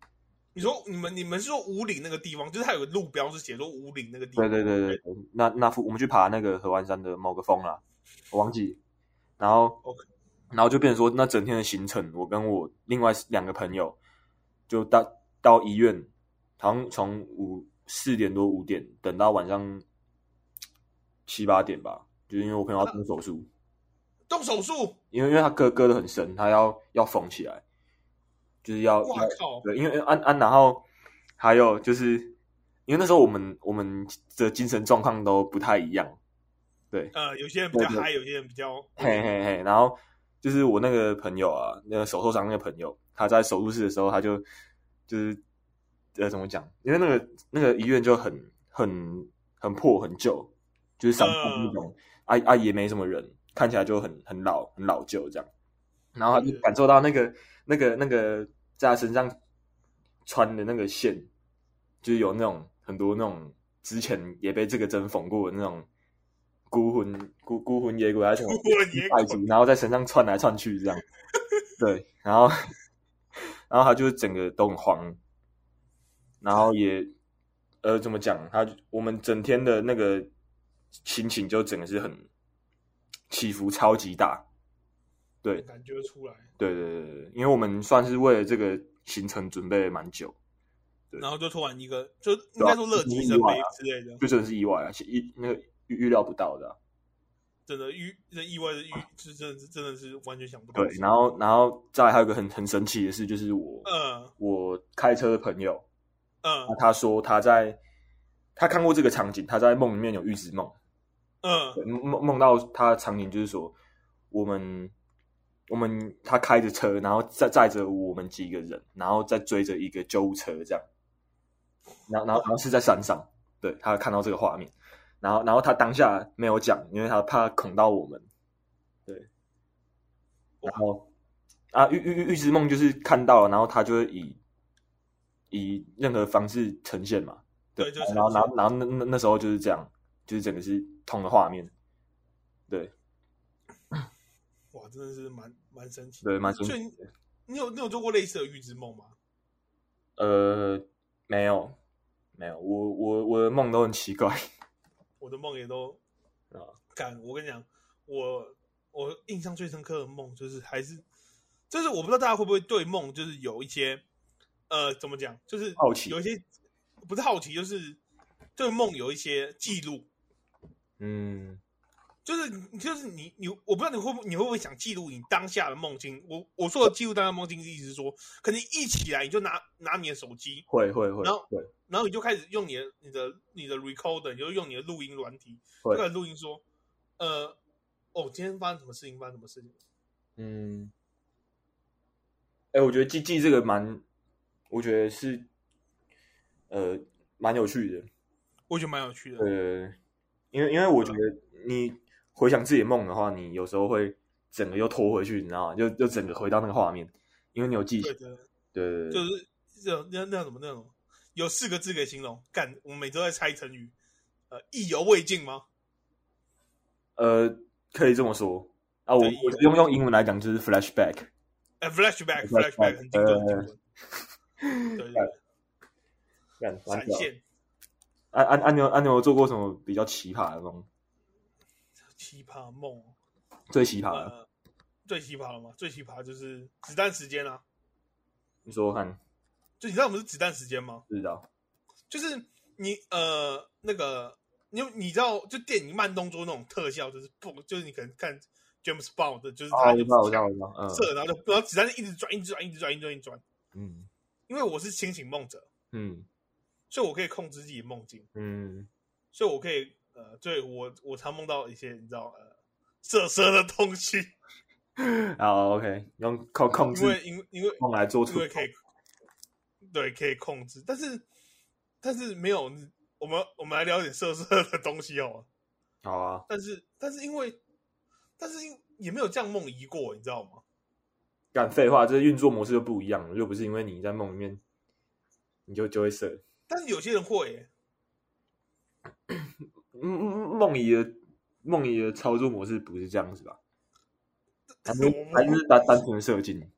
Speaker 4: 你说你们你们是说五岭那个地方，就是它有个路标是写说五岭那个地
Speaker 5: 对
Speaker 4: 方，
Speaker 5: 对对对，对那那副我们去爬那个合欢山的某个峰啦，我忘记。然后
Speaker 4: OK
Speaker 5: 然后就变成说，那整天的行程，我跟我另外两个朋友就到到医院，好像从五四点多五点等到晚上七八点吧，就是因为我朋友要
Speaker 4: 嗯
Speaker 5: 动手术，
Speaker 4: 动手术，
Speaker 5: 因为因为他割割的很深，他要要缝起来，就是要
Speaker 4: 哇
Speaker 5: 要
Speaker 4: 靠，
Speaker 5: 对，因为安安，然后还有就是，因为那时候我们我们的精神状况都不太一样，对，
Speaker 4: 呃，有些人比较
Speaker 5: 对对
Speaker 4: 嗨，有些人比较，
Speaker 5: 嘿嘿嘿。然后就是我那个朋友啊，那个手受伤那个朋友，他在手术室的时候，他就就是呃怎么讲？因为那个那个医院就很很很破很旧，就是上铺那种，啊啊也没什么人，看起来就很很老很老旧这样。然后他就感受到那个那个那个在他身上穿的那个线，就是有那种很多那种之前也被这个针缝过的那种孤魂孤孤魂野鬼，还是什么
Speaker 4: 孤魂野鬼
Speaker 5: 拜主，然后在身上窜来窜去这样。对，然后然后他就整个都很慌，然后也呃怎么讲，他我们整天的那个心情就整个是很起伏超级大。对，
Speaker 4: 感觉出来，
Speaker 5: 对对对对，因为我们算是为了这个行程准备了蛮久，
Speaker 4: 然后就突然一个，就应该说乐极
Speaker 5: 啊
Speaker 4: 生悲之类的，
Speaker 5: 就真的是意外啊，意那个预预料不到的啊、
Speaker 4: 真的意这意外的意，这真的是真的是完全想不到。
Speaker 5: 对，然后然后再来还有一个很很神奇的事，就是我、
Speaker 4: 嗯
Speaker 5: 我开车的朋友，
Speaker 4: 嗯
Speaker 5: 他说他在他看过这个场景，他在梦里面有预知梦，
Speaker 4: 嗯
Speaker 5: 对梦梦到他的场景就是说我们。我们他开着车，然后载载着我们几个人，然后再追着一个救护车这样，然后然后然后是在山上，对他看到这个画面，然后然后他当下没有讲，因为他怕恐到我们，对，然后啊预预预知梦就是看到了，然后他就会以以任何方式呈现嘛，
Speaker 4: 对就呈现
Speaker 5: 然后然后然后那那那时候就是这样，就是整个是通的画面，对
Speaker 4: 哇，真的是蛮蛮神奇。
Speaker 5: 对，蛮神奇
Speaker 4: 所以你你有你有做过类似的预知梦吗？
Speaker 5: 呃，没有，没有，我我我的梦都很奇怪。
Speaker 4: 我的梦也都呃
Speaker 5: 啊
Speaker 4: 干，我跟你讲，我我印象最深刻的梦就是还是，就是我不知道大家会不会对梦就是有一些呃怎么讲，就是
Speaker 5: 好奇
Speaker 4: 有一些不是好奇，就是对梦有一些记录，
Speaker 5: 嗯，
Speaker 4: 就是你就是你你，我不知道你会不你会不会想记录你当下的梦境。我我说的记录当下梦境是意思是说，可能一起来你就拿拿你的手机，
Speaker 5: 会会会
Speaker 4: 然后
Speaker 5: 会
Speaker 4: 然后你就开始用你的你的你的 recorder，你就用你的录音软体，
Speaker 5: 会
Speaker 4: 就开始录音说，呃，哦，今天发生什么事情，发生什么事情。
Speaker 5: 嗯，哎、我觉得记记这个蛮，我觉得是呃蛮有趣的。
Speaker 4: 我觉得蛮有趣的。
Speaker 5: 呃，因为因为我觉得你回想自己的梦的话，你有时候会整个又拖回去，你知道吗？就就整个回到那个画面，因为你有记
Speaker 4: 对
Speaker 5: 性。
Speaker 4: 的，
Speaker 5: 对对对，
Speaker 4: 就是这那那什么那种，有四个字可以形容。干，我们每周在猜成语，呃，意犹未尽吗？
Speaker 5: 呃，可以这么说啊。我
Speaker 4: 对
Speaker 5: 我用用英文来讲就是 flashback。
Speaker 4: 哎，flashback
Speaker 5: Flashback，
Speaker 4: flashback 很精准，很
Speaker 5: 呃
Speaker 4: 精准。对对对，
Speaker 5: 干蛮
Speaker 4: 闪
Speaker 5: 屌的啊
Speaker 4: 现。
Speaker 5: 安安安牛安牛有做过什么比较奇葩的梦？
Speaker 4: 奇葩梦哦，
Speaker 5: 最奇葩的，
Speaker 4: 呃，最奇葩了嘛？最奇葩就是子弹时间啊！
Speaker 5: 你说说看，
Speaker 4: 就你知道我们是子弹时间吗？
Speaker 5: 不知道。
Speaker 4: 就是你呃那个，你有你知道就电影慢动作那种特效，就是不就是你可能看 James Bond 的，就是
Speaker 5: 哦，
Speaker 4: 他
Speaker 5: 我
Speaker 4: 就
Speaker 5: 知道，我知道，我知道。
Speaker 4: 射，然后就然后子弹就一直转，一直转，一直转，一直转，一直转。
Speaker 5: 嗯
Speaker 4: 因为我是清醒梦者，
Speaker 5: 嗯
Speaker 4: 所以我可以控制自己的梦境，
Speaker 5: 嗯
Speaker 4: 所以我可以呃，对我我常梦到一些你知道呃色色的东西，
Speaker 5: 嗯。好，OK，用控控
Speaker 4: 因为
Speaker 5: 制
Speaker 4: 因为因为
Speaker 5: 梦来做出
Speaker 4: 因为可以，对，可以控制，但是但是没有，我们我们来聊点色色的东西哦。
Speaker 5: 好啊。
Speaker 4: 但是但是因为但是因也没有这样梦遗过，你知道吗？
Speaker 5: 干废话，这运作模式就不一样了，又不是因为你在梦里面你就就会射。
Speaker 4: 但是有些人会耶、
Speaker 5: 嗯嗯，嗯梦里的梦里的操作模式不是这样子吧？还是
Speaker 4: 我
Speaker 5: 还是单单纯的射精？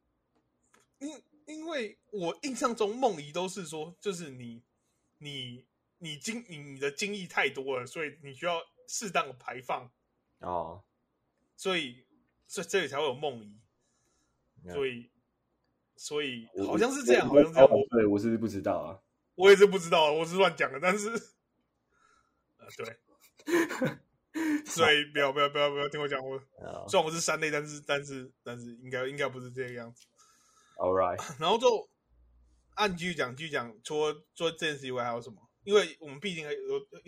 Speaker 4: 因因为我印象中梦遗都是说，就是你你你精你你的精液太多了，所以你需要适当的排放，
Speaker 5: 哦，
Speaker 4: 所以所以这里才会有梦遗，
Speaker 5: 嗯
Speaker 4: 所以所以
Speaker 5: 我
Speaker 4: 好像是这样，
Speaker 5: 我
Speaker 4: 好像是这样，我
Speaker 5: 对我是不知道啊。
Speaker 4: 我也是不知道，我是乱讲的，但是，呃，对， 所以不要不要不要不要听我讲，我
Speaker 5: 啊
Speaker 4: 虽然我是三类，但是但是但是应该应该不是这个样子。
Speaker 5: All right，
Speaker 4: 然后就按继续讲继续讲，除了做这件事以外还有什么？因为我们毕竟还有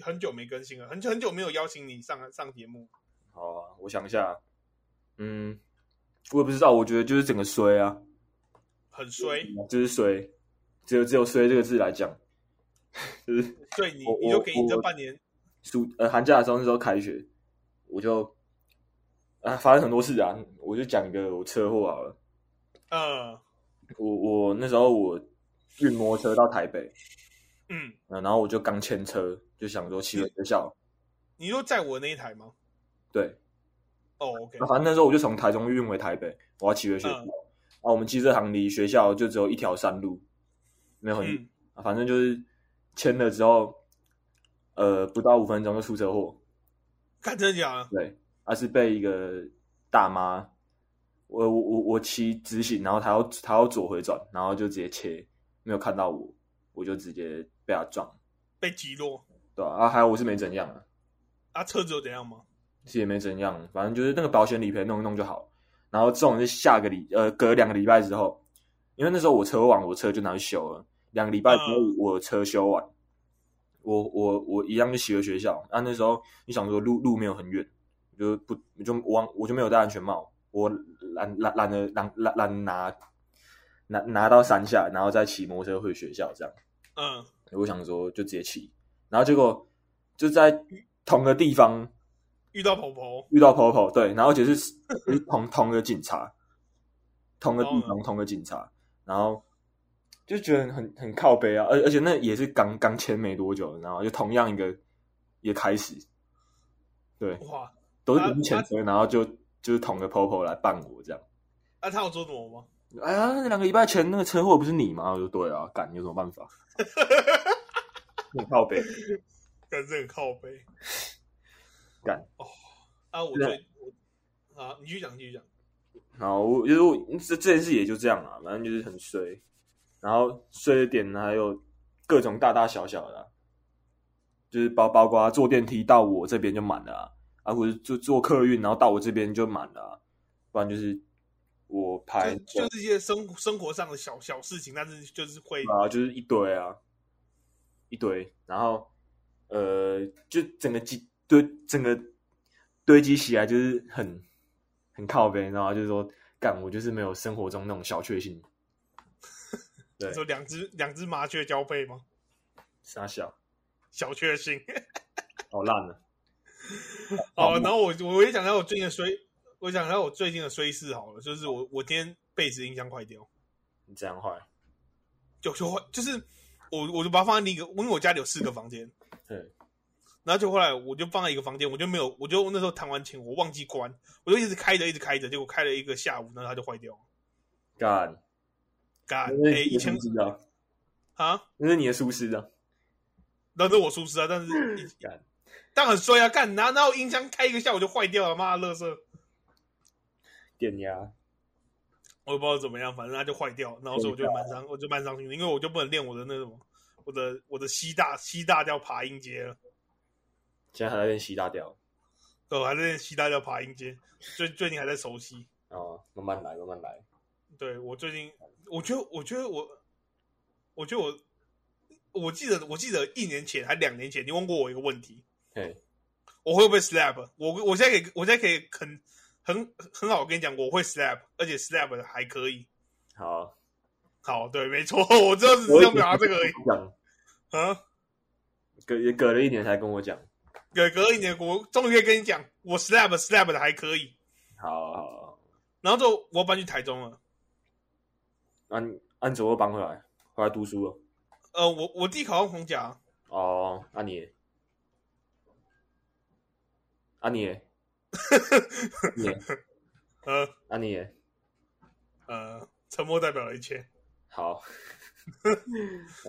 Speaker 4: 很久没更新了，很久很久没有邀请你上上节目。
Speaker 5: 好啊，我想一下，嗯，我也不知道，我觉得就是整个衰啊，
Speaker 4: 很衰，
Speaker 5: 就是衰，只有只有衰这个字来讲，就是
Speaker 4: 所以你
Speaker 5: 我
Speaker 4: 你就给你这
Speaker 5: 我
Speaker 4: 半年，
Speaker 5: 暑呃寒假的时候那时候开学，我就啊发生很多事啊，我就讲一个我车祸好了，
Speaker 4: 呃，
Speaker 5: 我我那时候我运摩托车到台北，
Speaker 4: 嗯，
Speaker 5: 嗯，然后我就刚签车，就想说骑回学校，
Speaker 4: 你说载我的那一台吗？
Speaker 5: 对，
Speaker 4: 哦，OK，
Speaker 5: 啊那反正那时候我就从台中运回台北，我要骑回学校。
Speaker 4: 嗯
Speaker 5: 啊，我们汽车行离学校就只有一条山路，没有很远、
Speaker 4: 嗯
Speaker 5: 啊反正就是签了之后，呃，不到五分钟就出车祸。
Speaker 4: 看真的假的？
Speaker 5: 对，他、是被一个大妈，我我我我骑直行，然后他要他要左回转，然后就直接切，没有看到我，我就直接被他撞，
Speaker 4: 被击落
Speaker 5: 对吧、啊？还有我是没怎样啊，
Speaker 4: 啊？车子又怎样吗？
Speaker 5: 其实也没怎样，反正就是那个保险理赔弄一弄就好。然后这种是下个礼呃隔两个礼拜之后，因为那时候我车网我车就拿去修了，两个礼拜之后
Speaker 4: 嗯
Speaker 5: 我车修完，我我我一样就骑回学校。啊那时候你想说路路没有很远，我就不我就忘我就没有戴安全帽，我懒懒懒得懒懒懒拿拿拿到山下，然后再骑摩托车回学校这样。
Speaker 4: 嗯，
Speaker 5: 我想说就直接骑，然后结果就在同个地方
Speaker 4: 遇到婆婆，
Speaker 5: 遇到 Popo，对，然后 就是就是同同个警察，同个地
Speaker 4: 然后
Speaker 5: 方同个警察，然后就觉得很很靠背啊，而而且那也是刚刚签没多久，然后就同样一个也开始，对，
Speaker 4: 哇，
Speaker 5: 都是
Speaker 4: 啊
Speaker 5: 我们前车，然后就就是同个 Popo 来办我这样。
Speaker 4: 啊，他有说什么吗？
Speaker 5: 哎呀，那两个礼拜前那个车祸不是你吗？我就对啊，干有什么 办法？很靠背，
Speaker 4: 感觉很靠 背。
Speaker 5: 干
Speaker 4: 哦啊！我
Speaker 5: 对
Speaker 4: 最我啊，你去讲，你去讲。
Speaker 5: 然后我就是我这这件事也就这样啦，啊反正就是很衰，然后衰的点还有各种大大小小的啊、就是包包括坐电梯到我这边就满了啊，啊或者坐坐客运然后到我这边就满了、啊，不然就是我排
Speaker 4: 就就是一些生生活上的小小事情，但是就是会
Speaker 5: 啊就是一堆啊，一堆，然后呃就整个积堆整个堆积起来就是很很靠背，然后就是说干我就是没有生活中那种小确幸。对
Speaker 4: 说两只两只麻雀交配吗？
Speaker 5: 傻笑，
Speaker 4: 小确 幸。
Speaker 5: 好烂啊了。
Speaker 4: 哦，然后我我也讲到我最近的衰，我讲到我最近的衰事好了，就是我我今天被子音箱坏掉，
Speaker 5: 你这样坏，
Speaker 4: 就就坏，就是我我就把它放在另一个，因为我家里有四个房间，
Speaker 5: 对，
Speaker 4: 然后就后来我就放在一个房间，我就没有，我就那时候弹完琴我忘记关，我就一直开着一直开着，结果开了一个下午，然后它就坏掉了。
Speaker 5: 干，
Speaker 4: 干
Speaker 5: 那
Speaker 4: 哎，
Speaker 5: 是你
Speaker 4: 一
Speaker 5: 的
Speaker 4: 千
Speaker 5: 疏失啊，
Speaker 4: 啊，
Speaker 5: 那是你的疏失啊，
Speaker 4: 那是我疏失啊，但是一
Speaker 5: 嗯干，
Speaker 4: 但很衰啊，干哪哪有音箱开一个下午就坏掉了，妈的乐色，
Speaker 5: 电压，
Speaker 4: 我也不知道怎么样，反正它就坏掉，然后所以我就蛮伤，我就蛮伤心的，因为我就不能练我的那什么，我的我的西大西大叫爬音阶了，
Speaker 5: 现在还在练习大调，
Speaker 4: 对，我还在练西大叫爬音阶，最最近还在熟悉，
Speaker 5: 哦，慢慢来，慢慢来，
Speaker 4: 对我最近，我觉得我觉得我，我觉得我。我记得，我记得一年前还两年前，你问过我一个问题，
Speaker 5: 嘿，
Speaker 4: 我会不会 slap？我我现在可以，我现在可以很很很好跟你讲，我会 slap，而且 slap 的还可以。
Speaker 5: 好，
Speaker 4: 好，对，没错，我就只是要表达这个而已。
Speaker 5: 讲，
Speaker 4: 啊，
Speaker 5: 隔也隔了一年才跟我讲，
Speaker 4: 隔隔一年，我终于可以跟你讲，我 slap slap 的还可以。
Speaker 5: 好好，好
Speaker 4: 然后之后我要搬去台中了。
Speaker 5: 按按左右搬回来，回来读书了，
Speaker 4: 呃，我我弟考上红甲，
Speaker 5: 哦，那、你也，啊你也，你也，
Speaker 4: 呃
Speaker 5: 啊你也，
Speaker 4: 呃，沉默代表了一切。
Speaker 5: 好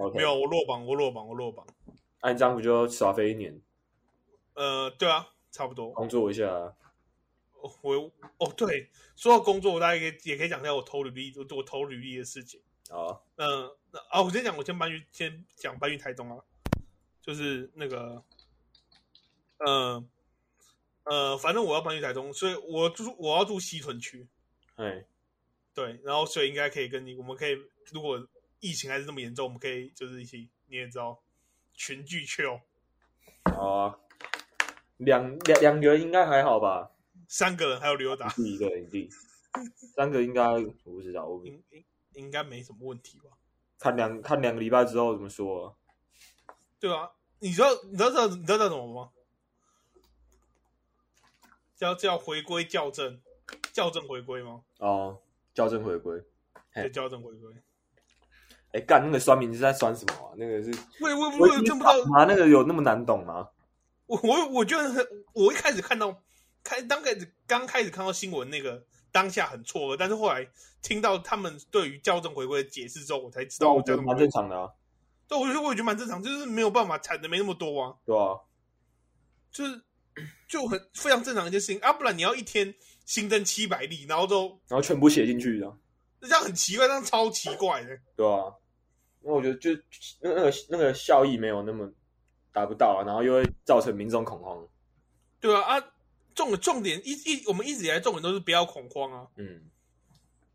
Speaker 5: ，OK，
Speaker 4: 没有，，我落榜，我落榜，我落榜。
Speaker 5: 那、你这样不就耍飞一年，
Speaker 4: 呃，对啊，差不多。
Speaker 5: 工作一下啊、
Speaker 4: 哦我哦，对，说到工作，我大概也也可以讲一下我投履历，我我投履历的事情。
Speaker 5: 好，
Speaker 4: 嗯、那啊，我先讲，我先搬去，先讲搬去台东啊，就是那个，呃呃，反正我要搬去台东，所以我住我要住西屯区，
Speaker 5: 嘿，
Speaker 4: 对，然后所以应该可以跟你，我们可以如果疫情还是这么严重，我们可以就是一起，你也知道，群聚 chill
Speaker 5: 好啊，两两两个应该还好吧？
Speaker 4: 三个人还有刘达，
Speaker 5: 第一个你弟，三个应该我不知道，我不
Speaker 4: 应应应该没什么问题吧？
Speaker 5: 看两看两个礼拜之后怎么说啊、
Speaker 4: 对啊，你知道你知道这你知道这叫什么吗？叫叫回归校正，校正回归吗？
Speaker 5: 哦，校正回归，嘿
Speaker 4: 对，校正回归。
Speaker 5: 哎干那个酸民是在酸什么啊？那个是
Speaker 4: 我也我也
Speaker 5: 我
Speaker 4: 我也看不到，
Speaker 5: 吗？那个有那么难懂吗？
Speaker 4: 我我我觉得很，我一开始看到开刚开始刚开始看到新闻那个当下很错愕，但是后来听到他们对于校正回归的解释之后，我才知道
Speaker 5: 我觉
Speaker 4: 校
Speaker 5: 得
Speaker 4: 正
Speaker 5: 蛮
Speaker 4: 回归
Speaker 5: 正。常的啊，
Speaker 4: 对，我觉得我也觉得蛮正常，就是没有办法产的没那么多啊，
Speaker 5: 对吧、啊？
Speaker 4: 就是就很非常正常的一件事情啊，不然你要一天新增七百例，然后都
Speaker 5: 然后全部写进去的，
Speaker 4: 这样很奇怪，这样超奇怪的。
Speaker 5: 对啊，那我觉得就那那个那个效益没有那么达不到啊，然后又会造成民众恐慌。
Speaker 4: 对啊，啊，重重点一一我们一直以来重点都是不要恐慌啊。
Speaker 5: 嗯，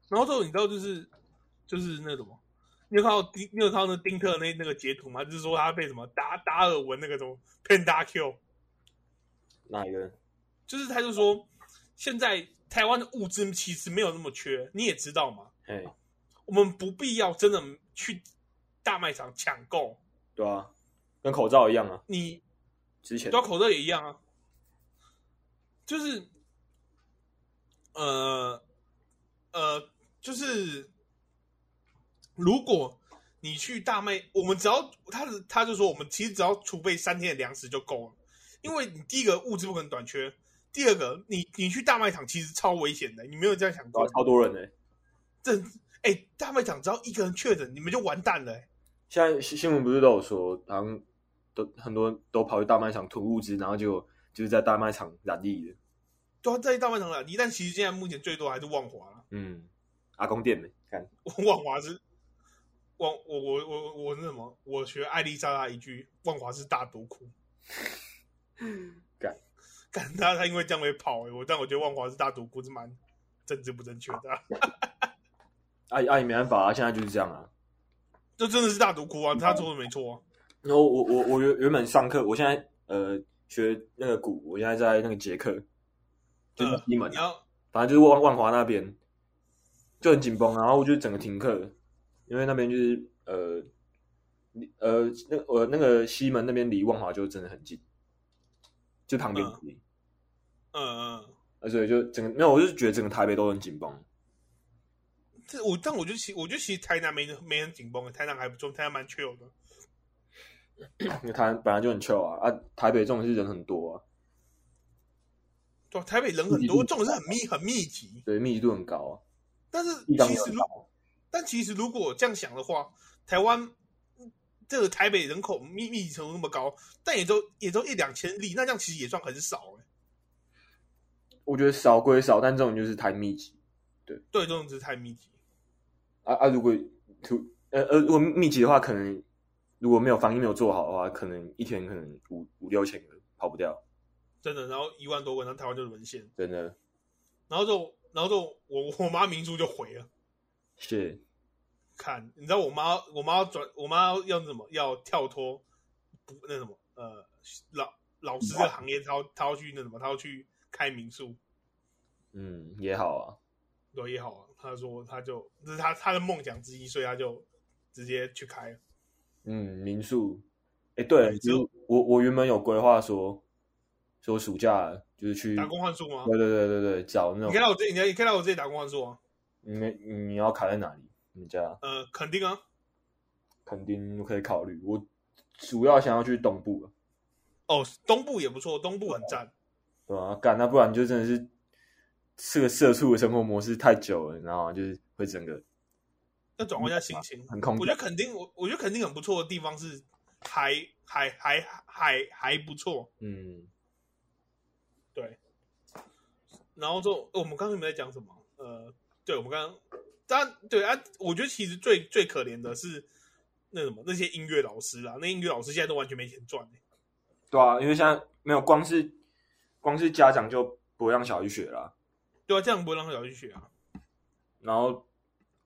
Speaker 4: 然后之后你知道就是就是那个什么，你有看到丁你有看到那丁特那那个截图吗？就是说他被什么达达尔文那个什么骗达 Q，
Speaker 5: 哪一个？
Speaker 4: 就是他就说现在台湾的物资其实没有那么缺，你也知道嘛，
Speaker 5: 嘿，
Speaker 4: 我们不必要真的去大卖场抢购，
Speaker 5: 对啊，跟口罩一样啊，
Speaker 4: 你
Speaker 5: 之前
Speaker 4: 对啊，口罩也一样啊，就是，呃，呃，就是，如果你去大卖，我们只要他是他就说我们其实只要储备三天的粮食就够了，因为你第一个物资不可能短缺，第二个你你去大卖场其实超危险的，你没有这样想
Speaker 5: 对啊
Speaker 4: 过，
Speaker 5: 超多人呢、
Speaker 4: 这哎、大卖场只要一个人确诊，你们就完蛋了、哎
Speaker 5: 现在新新闻不是都有说，好像都很多人都跑去大卖场囤物资，然后就就是在大卖场染疫的。
Speaker 4: 对啊，在大卖场了，但其实现在目前最多还是万华啦
Speaker 5: 嗯，阿公店没干，
Speaker 4: 万华是万我我我我那什么？我学艾丽莎莎一句，万华是大毒窟。
Speaker 5: 干
Speaker 4: 干他他因为这样被跑、欸、我但我觉得万华是大毒窟是蛮政治不正确的啊、
Speaker 5: 阿姨阿姨没办法啊，现在就是这样啊。
Speaker 4: 这真的是大毒窟啊！他说的没错、啊，
Speaker 5: 然后我我我原原本上课，我现在呃学那个鼓，我现在在那个捷克，就是
Speaker 4: 呃
Speaker 5: 西门
Speaker 4: 你
Speaker 5: 啊、
Speaker 4: 要
Speaker 5: 反正就是万万华那边就很紧绷，啊然后我就整个停课，因为那边就是呃离呃那我、那个西门那边离万华就真的很近，就旁边
Speaker 4: 嗯
Speaker 5: 而已
Speaker 4: 嗯嗯，
Speaker 5: 呃所以就整个没有，我就是觉得整个台北都很紧绷。
Speaker 4: 这我但我觉得其我觉得其实台南没没很紧绷欸的，台南还不错，台南蛮 chill 的。
Speaker 5: 因为台湾本来就很 chill 啊，啊，台北这种是人很多啊，
Speaker 4: 对啊、台北人很多，这种是很密很密集，
Speaker 5: 对，密集度很高啊。
Speaker 4: 但是
Speaker 5: 地方
Speaker 4: 其
Speaker 5: 又
Speaker 4: 实
Speaker 5: 很
Speaker 4: 如
Speaker 5: 大
Speaker 4: 但其实如果这样想的话，台湾嗯这个台北人口密密集程度那么高，但也都也都一两千例，那这样其实也算很少哎、
Speaker 5: 我觉得少归少，但这种就是太密集
Speaker 4: 对，这种只是太密集。
Speaker 5: 啊啊！如果突呃呃，如果密集的话，可能如果没有防疫没有做好的话，可能一天可能五五六千个跑不掉，
Speaker 4: 真的，然后一万多个，然后台湾就沦陷，
Speaker 5: 真的
Speaker 4: 然后就然后就我我妈民宿就毁了。
Speaker 5: 是
Speaker 4: 看，你知道我妈我妈要转我妈要什么？要跳脱不那什么呃老老师这个行业，她要她要去那什么？她要去开民宿，
Speaker 5: 嗯也好啊，
Speaker 4: 对也好啊。她说她就这是她她的梦想之一，所以她就直接去开了。
Speaker 5: 嗯民宿，哎对，
Speaker 4: 对
Speaker 5: 其实
Speaker 4: 就
Speaker 5: 我我原本有规划说说暑假就是去，
Speaker 4: 打工换宿吗？
Speaker 5: 对对对对对，找那
Speaker 4: 你
Speaker 5: 种
Speaker 4: 可以来我这里，你可以来我这里打工换宿啊。
Speaker 5: 你们你要卡在哪里？你们家
Speaker 4: 呃，肯定啊。
Speaker 5: 肯定可以考虑，我主要想要去东部啊，
Speaker 4: 哦，东部也不错，东部很赞。
Speaker 5: 对吧、啊？干，那不然就真的是这个社畜的生活模式太久了，你知道吗？就是会整个
Speaker 4: 要转换一下心情，
Speaker 5: 很空
Speaker 4: 我
Speaker 5: 洞
Speaker 4: 觉得肯定，我我觉得肯定很不错的地方是还还还还还不错。
Speaker 5: 嗯，
Speaker 4: 然后就哦我们刚刚有没有在讲什么？呃，对，我们刚刚当然对啊，我觉得其实最最可怜的是那什么那些音乐老师啦，那音乐老师现在都完全没钱赚、欸、
Speaker 5: 对啊，因为现在没有光是光是家长就不会让小孩去学啦，
Speaker 4: 对啊，这样不会让小孩去学啊。
Speaker 5: 然后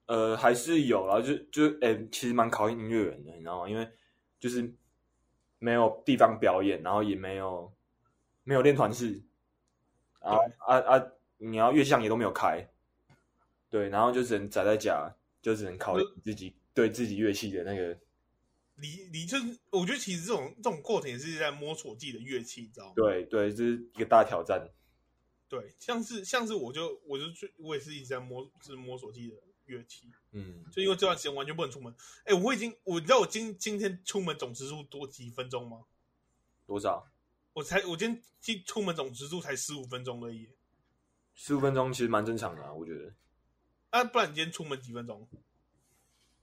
Speaker 5: 呃还是有啦，就就哎、其实蛮考验音乐人的，你知道吗？因为就是没有地方表演，然后也没有没有练团式，啊啊啊！你要乐项也都没有开，对，然后就只能宅在家，就只能考验自己对自己乐器的那个
Speaker 4: 离离就是，我觉得其实这种这种过程也是在摸索自己的乐器，你知道吗？
Speaker 5: 对对，这是一个大挑战。
Speaker 4: 对，像是像是我就我就最我也是一直在摸是摸索自己的乐器，
Speaker 5: 嗯，
Speaker 4: 就因为这段时间完全不能出门。哎，我已经我你知道我今今天出门总时数多几分钟吗？
Speaker 5: 多少？
Speaker 4: 我才我今天今出门总时数才十五分钟而已耶。
Speaker 5: 十五分钟其实蛮正常的、啊，我觉得
Speaker 4: 啊，不然你今天出门几分钟？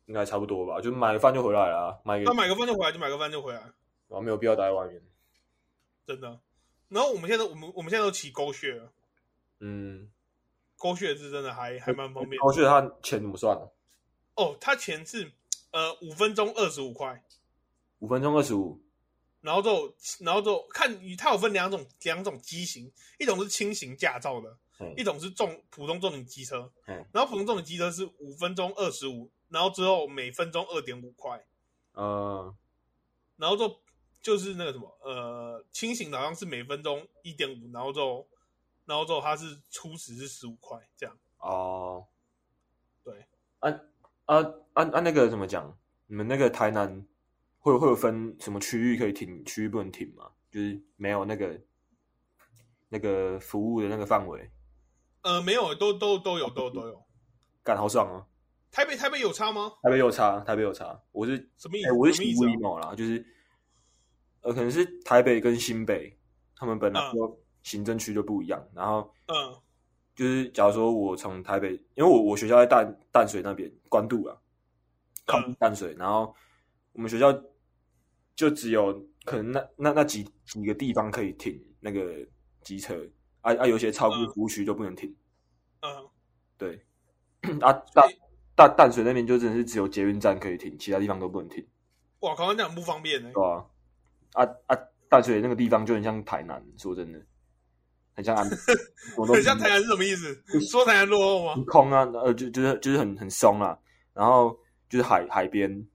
Speaker 5: 应该差不多吧。就买个饭就回来了、啊，买个
Speaker 4: 那买个饭就回来，就买个饭就回来，
Speaker 5: 然后没有必要待在外面。
Speaker 4: 真的。然后我们现在都我们我们现在都起狗血了，
Speaker 5: 嗯，
Speaker 4: 狗血是真的还还蛮方便的。
Speaker 5: 我觉得他钱怎么算呢、
Speaker 4: 哦，它钱是呃五分钟二十五块，
Speaker 5: 五分钟二十五，
Speaker 4: 然后就然后就看它有分两种两种机型，一种是轻型驾照的，
Speaker 5: 嗯
Speaker 4: 一种是重普通重型机车，
Speaker 5: 嗯
Speaker 4: 然后普通重型机车是五分钟二十五，然后之后每分钟二点五块，
Speaker 5: 呃，
Speaker 4: 然后就就是那个什么呃轻型的好像是每分钟一点五，然后就然后就它是初始是十五块这样，
Speaker 5: 哦，
Speaker 4: 对，
Speaker 5: 啊啊啊啊，那个怎么讲？你们那个台南会会有分什么区域可以停，区域不能停吗？就是没有那个那个服务的那个范围，
Speaker 4: 呃没有都都都有都有都有，
Speaker 5: 干好爽哦！
Speaker 4: 台北台北有差吗？
Speaker 5: 台北有差，台北有差，我是
Speaker 4: 什么意
Speaker 5: 哎、
Speaker 4: 思？
Speaker 5: 我是
Speaker 4: 什么意
Speaker 5: 喜
Speaker 4: 思
Speaker 5: 不
Speaker 4: 啊、
Speaker 5: 一某啦，就是呃，可能是台北跟新北他们本来
Speaker 4: 嗯
Speaker 5: 说行政区就不一样，然后
Speaker 4: 嗯
Speaker 5: 就是假如说我从台北，因为我我学校在淡淡水那边关渡啊，靠
Speaker 4: 嗯
Speaker 5: 近淡水，然后我们学校就只有可能那那那几几个地方可以停那个机车，啊啊，有些超过
Speaker 4: 嗯
Speaker 5: 服务区就不能停，
Speaker 4: 嗯。
Speaker 5: 对，啊大大淡水那边就真的是只有捷运站可以停，其他地方都不能停，
Speaker 4: 哇，考官这样很不方便呢、
Speaker 5: 对吧、啊？啊啊，淡水那个地方就很像台南，说真的，很 像安，我都
Speaker 4: 很像台南是什么意思？说台南落后
Speaker 5: 很
Speaker 4: 吗？
Speaker 5: 空啊，呃，就就是就是很很松啦、然后就是海海边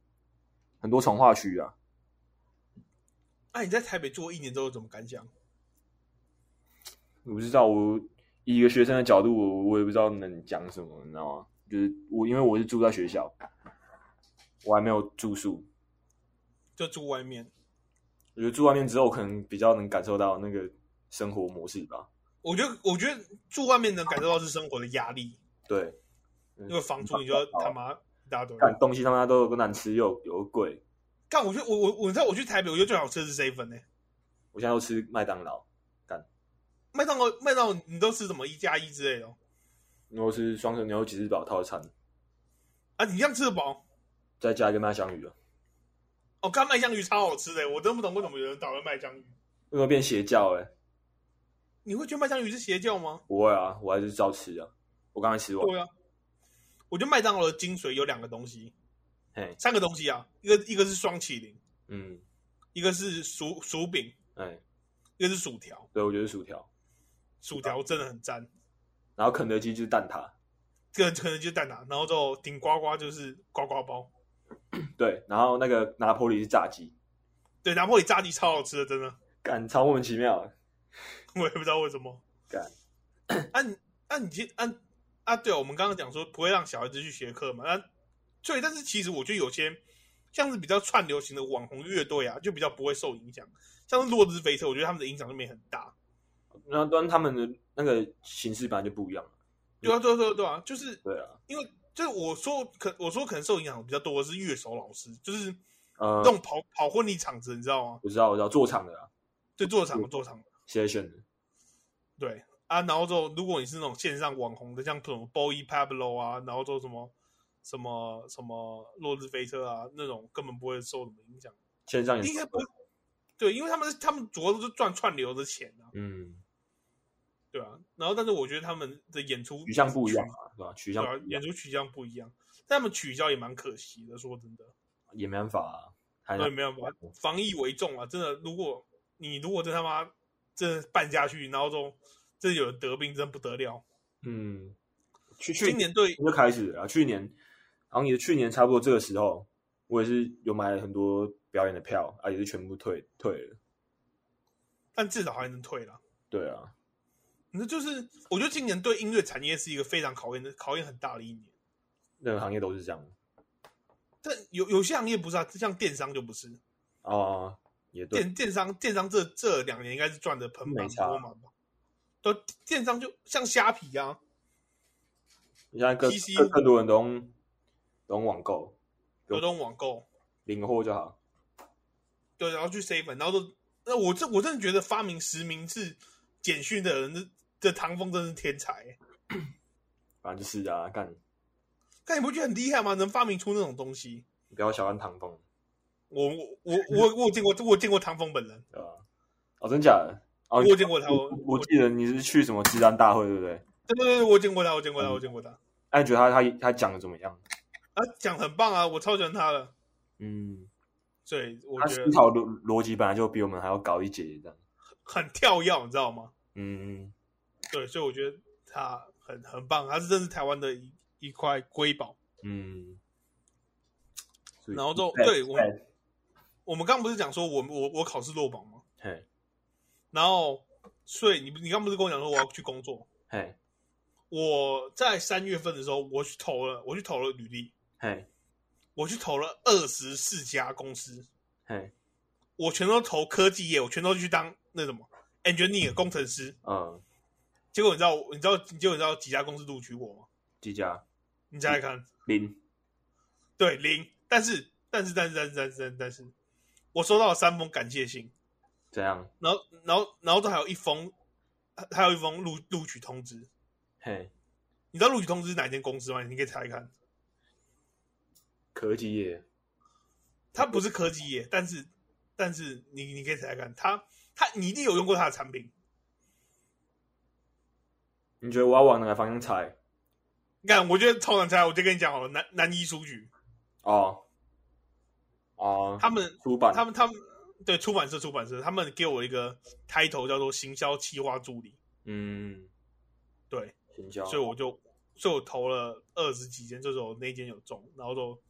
Speaker 5: 很多从化区啊，
Speaker 4: 那、啊你在台北住一年之后有什么感想？
Speaker 5: 我不知道，我以一个学生的角度，我我也不知道能讲什么，你知道吗？就是我因为我是住在学校，我还没有住宿，
Speaker 4: 就住外面。
Speaker 5: 我觉得住外面之后，可能比较能感受到那个生活模式吧。
Speaker 4: 我觉得，我觉得住外面能感受到是生活的压力，
Speaker 5: 对，
Speaker 4: 因为房租你就要他妈一大堆。
Speaker 5: 干东西他妈都有个难吃又有又贵，
Speaker 4: 但我觉得，我我我知道，我去台北，我觉得最好吃的是 seven 呢、
Speaker 5: 我现在都吃麦当劳，
Speaker 4: 麦当劳，麦当劳你都吃什么一加一之类的哦
Speaker 5: 然后吃双层牛肉吉士堡套餐，
Speaker 4: 啊？你这样吃得饱？
Speaker 5: 再加一个麦香鱼啊，
Speaker 4: 哦，干麦香鱼超好吃的、我真不懂为什么有人讨论麦香鱼。
Speaker 5: 为什么变邪教、欸？哎，
Speaker 4: 你会觉得麦香鱼是邪教吗？
Speaker 5: 不会啊，我还是照吃啊。我刚才吃完，
Speaker 4: 对啊，我觉得麦当劳的精髓有两个东西，
Speaker 5: 嘿，
Speaker 4: 三个东西啊，一个一个是双麒麟，
Speaker 5: 嗯，
Speaker 4: 一个是薯薯饼，
Speaker 5: 哎，
Speaker 4: 一个是薯条，
Speaker 5: 对，我觉得是薯条，
Speaker 4: 薯条真的很赞。
Speaker 5: 然后肯德基就是蛋挞，
Speaker 4: 这个可能就是蛋挞，然后就顶呱呱就是呱呱包。
Speaker 5: 对，然后那个拿破里是炸鸡，
Speaker 4: 对，拿破里炸鸡超好吃的， 真的，
Speaker 5: 干超莫名其妙的，
Speaker 4: 我也不知道为什么。
Speaker 5: 干，
Speaker 4: 按按你今按啊，对哦，我们刚刚讲说不会让小孩子去学课嘛，那对，但是其实我觉得有些像是比较串流型的网红乐队啊，就比较不会受影响，像是落日飞车，我觉得他们的影响力没很大。
Speaker 5: 然后但他们的那个形式本来就不一样，
Speaker 4: 对啊，对啊，对啊，对啊，就是
Speaker 5: 对啊，
Speaker 4: 就是我说可我说可能受影响比较多的是乐手老师，就是
Speaker 5: 呃
Speaker 4: 那，种跑跑婚礼场子，你知道吗？
Speaker 5: 我知道，我知道，做场的啊
Speaker 4: 对，做场做场，
Speaker 5: ，session 的，
Speaker 4: 对啊。然后就如果你是那种线上网红的，像什么 Boy Pablo 啊，然后就什么什么什么落日飞车啊，那种根本不会受什么影响，
Speaker 5: 线上也
Speaker 4: 应该不会。对，因为他们是他们主要都是赚串流的钱啊，
Speaker 5: 嗯，
Speaker 4: 对啊。然后但是我觉得他们的演出
Speaker 5: 取向不一样啊，对吧？取
Speaker 4: 对
Speaker 5: 向
Speaker 4: 啊
Speaker 5: 不，
Speaker 4: 演
Speaker 5: 一样
Speaker 4: 出取向不一样，但他们取消也蛮可惜的，说真的。
Speaker 5: 也没办法啊，还
Speaker 4: 对，没有办法，
Speaker 5: 嗯
Speaker 4: 防疫为重啊！真的，如果你如果真他妈真的办下去，然后都真的有人得病，真不得了。
Speaker 5: 嗯，去去
Speaker 4: 今年对，
Speaker 5: 就开始了啊。去年，好像也去年差不多这个时候，我也是有买很多表演的票啊，也是全部退退了。
Speaker 4: 但至少还能退了。
Speaker 5: 对啊，
Speaker 4: 那就是我觉得今年对音乐产业是一个非常考验的、考验很大的一年。
Speaker 5: 任何行业都是这样。
Speaker 4: 但有有些行业不是啊，像电商就不是，
Speaker 5: 哦，也对，
Speaker 4: 电电商电商这这两年应该是赚的盆满
Speaker 5: 没差
Speaker 4: 钵满吧？对，电商就像虾皮啊，
Speaker 5: 你现在更
Speaker 4: PC
Speaker 5: 更更多人都用都用网购
Speaker 4: 流动网购，
Speaker 5: 领货就好。
Speaker 4: 对，然后去 seven，然后都，那我这我真的觉得发明实名制简讯的人，这这唐风真是天才、欸。
Speaker 5: 反正就是啊，干
Speaker 4: 但你不觉得很厉害吗？能发明出那种东西，
Speaker 5: 你不要小看唐风，
Speaker 4: 我我我我我有见过，我有见过唐风本人，
Speaker 5: 对吧？哦，真假的？哦，
Speaker 4: 我有见过他，我
Speaker 5: 我我记得你是去什么治安大会，对不对？
Speaker 4: 对对对，我有见过他，我见过他，我见过他，
Speaker 5: 哎、你觉得他他他讲的怎么样？
Speaker 4: 啊，讲得很棒啊，我超喜欢他的，
Speaker 5: 嗯，
Speaker 4: 所以我
Speaker 5: 他
Speaker 4: 觉
Speaker 5: 思
Speaker 4: 得
Speaker 5: 考逻逻辑本来就比我们还要高一截，这样。
Speaker 4: 很跳跃，你知道吗？
Speaker 5: 嗯，
Speaker 4: 对，所以我觉得他很很棒，他是真是台湾的一一块瑰宝。
Speaker 5: 嗯，所以
Speaker 4: 然后就对我我们刚不是讲说我我我考试落榜吗？
Speaker 5: 嘿，
Speaker 4: 然后所以你你刚不是跟我讲说我要去工作？
Speaker 5: 嘿，
Speaker 4: 我在三月份的时候，我去投了，我去投了履历，
Speaker 5: 嘿，
Speaker 4: 我去投了二十四家公司，
Speaker 5: 嘿，
Speaker 4: 我全都投科技业，我全都去当那什么 engineer 工程师。
Speaker 5: 嗯，
Speaker 4: 结果你知道你知道结果你知道几家公司录取我吗？
Speaker 5: 几家
Speaker 4: 你猜猜看，
Speaker 5: 零，
Speaker 4: 对零，但是但是但是但是但是但是但是，我收到了三封感谢信，
Speaker 5: 怎样？
Speaker 4: 然后然后然后都还有一封，还还有一封录录取通知。
Speaker 5: 嘿，
Speaker 4: 你知道录取通知是哪间公司吗？你可以猜一看，
Speaker 5: 科技业，
Speaker 4: 它不是科技业，但是但是你你可以猜猜看，它它你一定有用过它的产品，
Speaker 5: 你觉得我要往哪个方向猜？
Speaker 4: 你看，我觉得超难猜，我就跟你讲好了，南南一书局，
Speaker 5: 哦，哦，
Speaker 4: 他们
Speaker 5: 出版，
Speaker 4: 他们他们对出版社出版社，他们给我一个 title 叫做行销企划助理，
Speaker 5: 嗯，
Speaker 4: 对，
Speaker 5: 行销，
Speaker 4: 所以我就所以我投了二十几间，就是我那间有中，然后就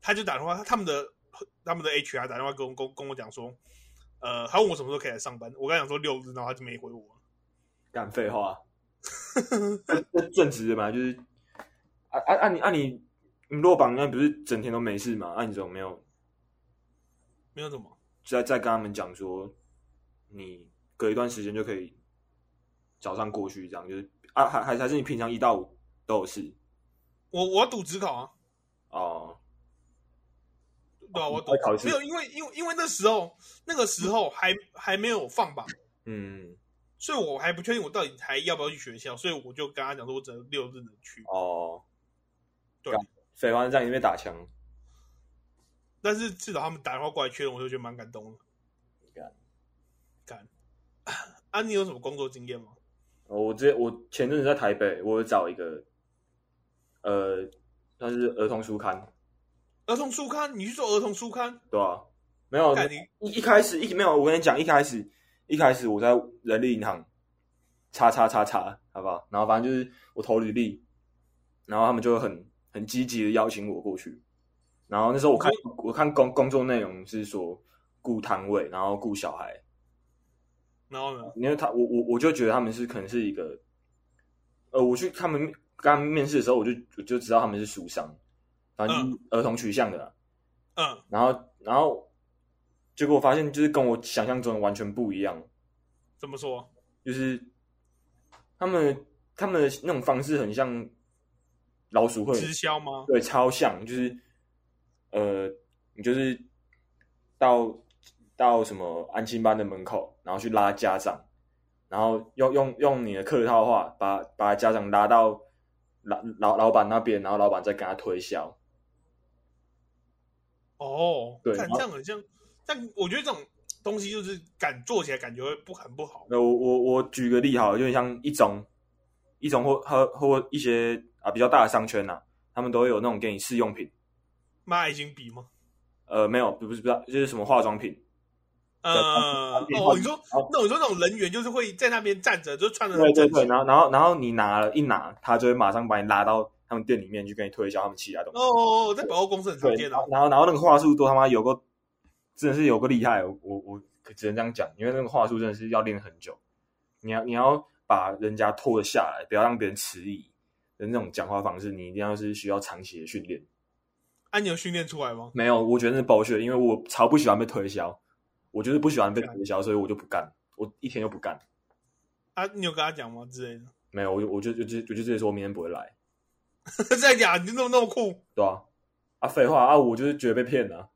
Speaker 4: 他就打电话，他他们的他们的 HR 打电话跟我跟跟我讲说，呃，他问我什么时候可以来上班，我跟他讲说六日，然后他就没回我。
Speaker 5: 干废话，这这正直的嘛，就是啊啊啊你啊你你落榜那不是整天都没事嘛？啊你怎么没有
Speaker 4: 没有什么，
Speaker 5: 再再跟他们讲说，你隔一段时间就可以早上过去，这样就是啊还还还是你平常一到五都有事
Speaker 4: 我我要赌职考啊，
Speaker 5: 哦，
Speaker 4: 对啊，我赌
Speaker 5: 会哦考试
Speaker 4: 没有，因为因为因为那时候那个时候还还没有放榜，
Speaker 5: 嗯
Speaker 4: 所以我还不确定我到底还要不要去学校，所以我就跟他讲说，我只能六日能去。
Speaker 5: 哦，
Speaker 4: 对
Speaker 5: 干，废话在里面打枪，
Speaker 4: 但是至少他们打电话过来确认，我就觉得蛮感动的。
Speaker 5: 干
Speaker 4: 干， 啊，你有什么工作经验吗？
Speaker 5: 哦我之前我前阵子在台北，我有找一个呃，那是儿童书刊，
Speaker 4: 儿童书刊，你去做儿童书刊，
Speaker 5: 对啊，没有
Speaker 4: 干你
Speaker 5: 一一开始一没有，我跟你讲，一开始一开始我在人力银行，叉叉叉叉，好不好？然后反正就是我投履历，然后他们就很很积极的邀请我过去。然后那时候我看我看工工作内容是说顾摊位，然后顾小孩，
Speaker 4: 然后呢？
Speaker 5: 因为他我我我就觉得他们是可能是一个，呃，我去他们面跟他们面试的时候，我就我就知道他们是书商，反正就是儿童取向的啊啦。
Speaker 4: 嗯，
Speaker 5: 然后然后结果我发现就是跟我想象中的完全不一样，
Speaker 4: 怎么说？
Speaker 5: 就是他们他们的那种方式很像老鼠会，
Speaker 4: 直销吗？
Speaker 5: 对，超像，就是呃，你就是到到什么安亲班的门口，然后去拉家长，然后用用用你的客套话把把家长拉到老老老板那边，然后老板再给他推销。
Speaker 4: 哦，
Speaker 5: 对
Speaker 4: 看
Speaker 5: 然后
Speaker 4: 这样很像，但我觉得这种东西就是感做起来感觉会不很不好。
Speaker 5: 那呃我我我举个例好了，就很像一种一种或或或一些啊比较大的商圈呐、他们都会有那种给你试用品，
Speaker 4: 卖爱心笔吗？
Speaker 5: 呃，没有，不是不是，就是什么化妆品，
Speaker 4: 呃，
Speaker 5: 对
Speaker 4: 哦，你说
Speaker 5: 然后
Speaker 4: 那我说那种人员就是会在那边站着，就穿着
Speaker 5: 对
Speaker 4: 很
Speaker 5: 对
Speaker 4: 正
Speaker 5: 对，
Speaker 4: 式。
Speaker 5: 然后然后然后你拿了一拿，他就会马上把你拉到他们店里面去跟你推销他们其他东西。
Speaker 4: 哦哦，哦在百货公司很常
Speaker 5: 对，
Speaker 4: 见的
Speaker 5: 然。后然后然后那个话术多他妈有个，真的是有个厉害，我哦我我只能这样讲，因为那个话术真的是要练很久，你要你要把人家拖得下来，不要让别人迟疑的那种讲话方式，你一定要是需要长期的训练。
Speaker 4: 啊，你有训练出来吗？
Speaker 5: 没有，我觉得那是剥削，因为我超不喜欢被推销，我就是不喜欢被
Speaker 4: 啊
Speaker 5: 推销，所以我就不干，我一天就不干。
Speaker 4: 啊，你有跟他讲吗之类的？
Speaker 5: 没有，我就我就我就我就直接说我明天不会来。
Speaker 4: 在雅，你那么那么酷？
Speaker 5: 对啊，啊，废话啊，我就是觉得被骗了、啊，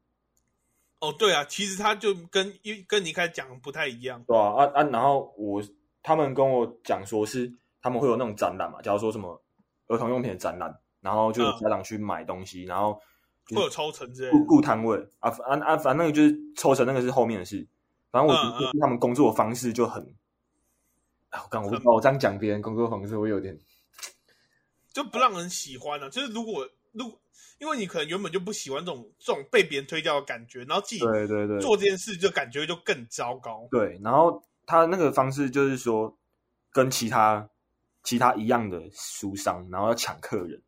Speaker 4: 哦，对啊，其实他就跟一跟你一开始讲的不太一样。
Speaker 5: 对啊，啊啊，然后我他们跟我讲说是他们会有那种展览嘛，假如说什么儿童用品的展览，然后就有
Speaker 4: 嗯
Speaker 5: 家长去买东西，然后就
Speaker 4: 会有抽成之类的
Speaker 5: 顾。顾摊位啊啊啊，反正就是抽成那个是后面的事，反正我觉
Speaker 4: 嗯
Speaker 5: 得他们工作方式就很。啊，我刚我不知道，我这样讲别人工作方式，我有点
Speaker 4: 就不让人喜欢啊。就是如果如果因为你可能原本就不喜欢这种这种被别人推掉的感觉，然后自己
Speaker 5: 对对对
Speaker 4: 做这件事就感觉就更糟糕。
Speaker 5: 对，然后他那个方式就是说，跟其他其他一样的书商，然后要抢客人，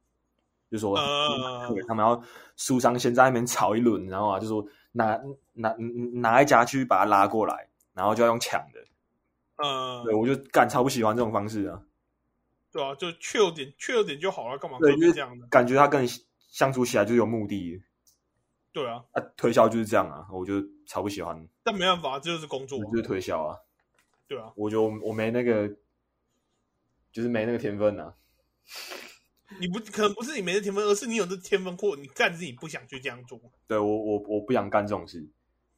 Speaker 5: 就说、
Speaker 4: 呃
Speaker 5: 对，他们要书商先在那边吵一轮，然后啊，就说哪哪哪一家去把他拉过来，然后就要用抢的。
Speaker 4: 呃，
Speaker 5: 对，我就干超不喜欢这种方式啊，
Speaker 4: 对啊，就确有点确有点就好了，干嘛
Speaker 5: 对
Speaker 4: 跟
Speaker 5: 就是
Speaker 4: 这样的？
Speaker 5: 感觉他跟你相处起来就是有目的
Speaker 4: 对啊，
Speaker 5: 啊，推销就是这样啊，我就超不喜欢，
Speaker 4: 但没办法，这就是工作啊，
Speaker 5: 就是推销啊，
Speaker 4: 对啊。
Speaker 5: 我就我没那个，就是没那个天分啊。
Speaker 4: 你不可能不是你没这天分，而是你有这天分或你干自己不想去这样做。
Speaker 5: 对我我我不想干这种事，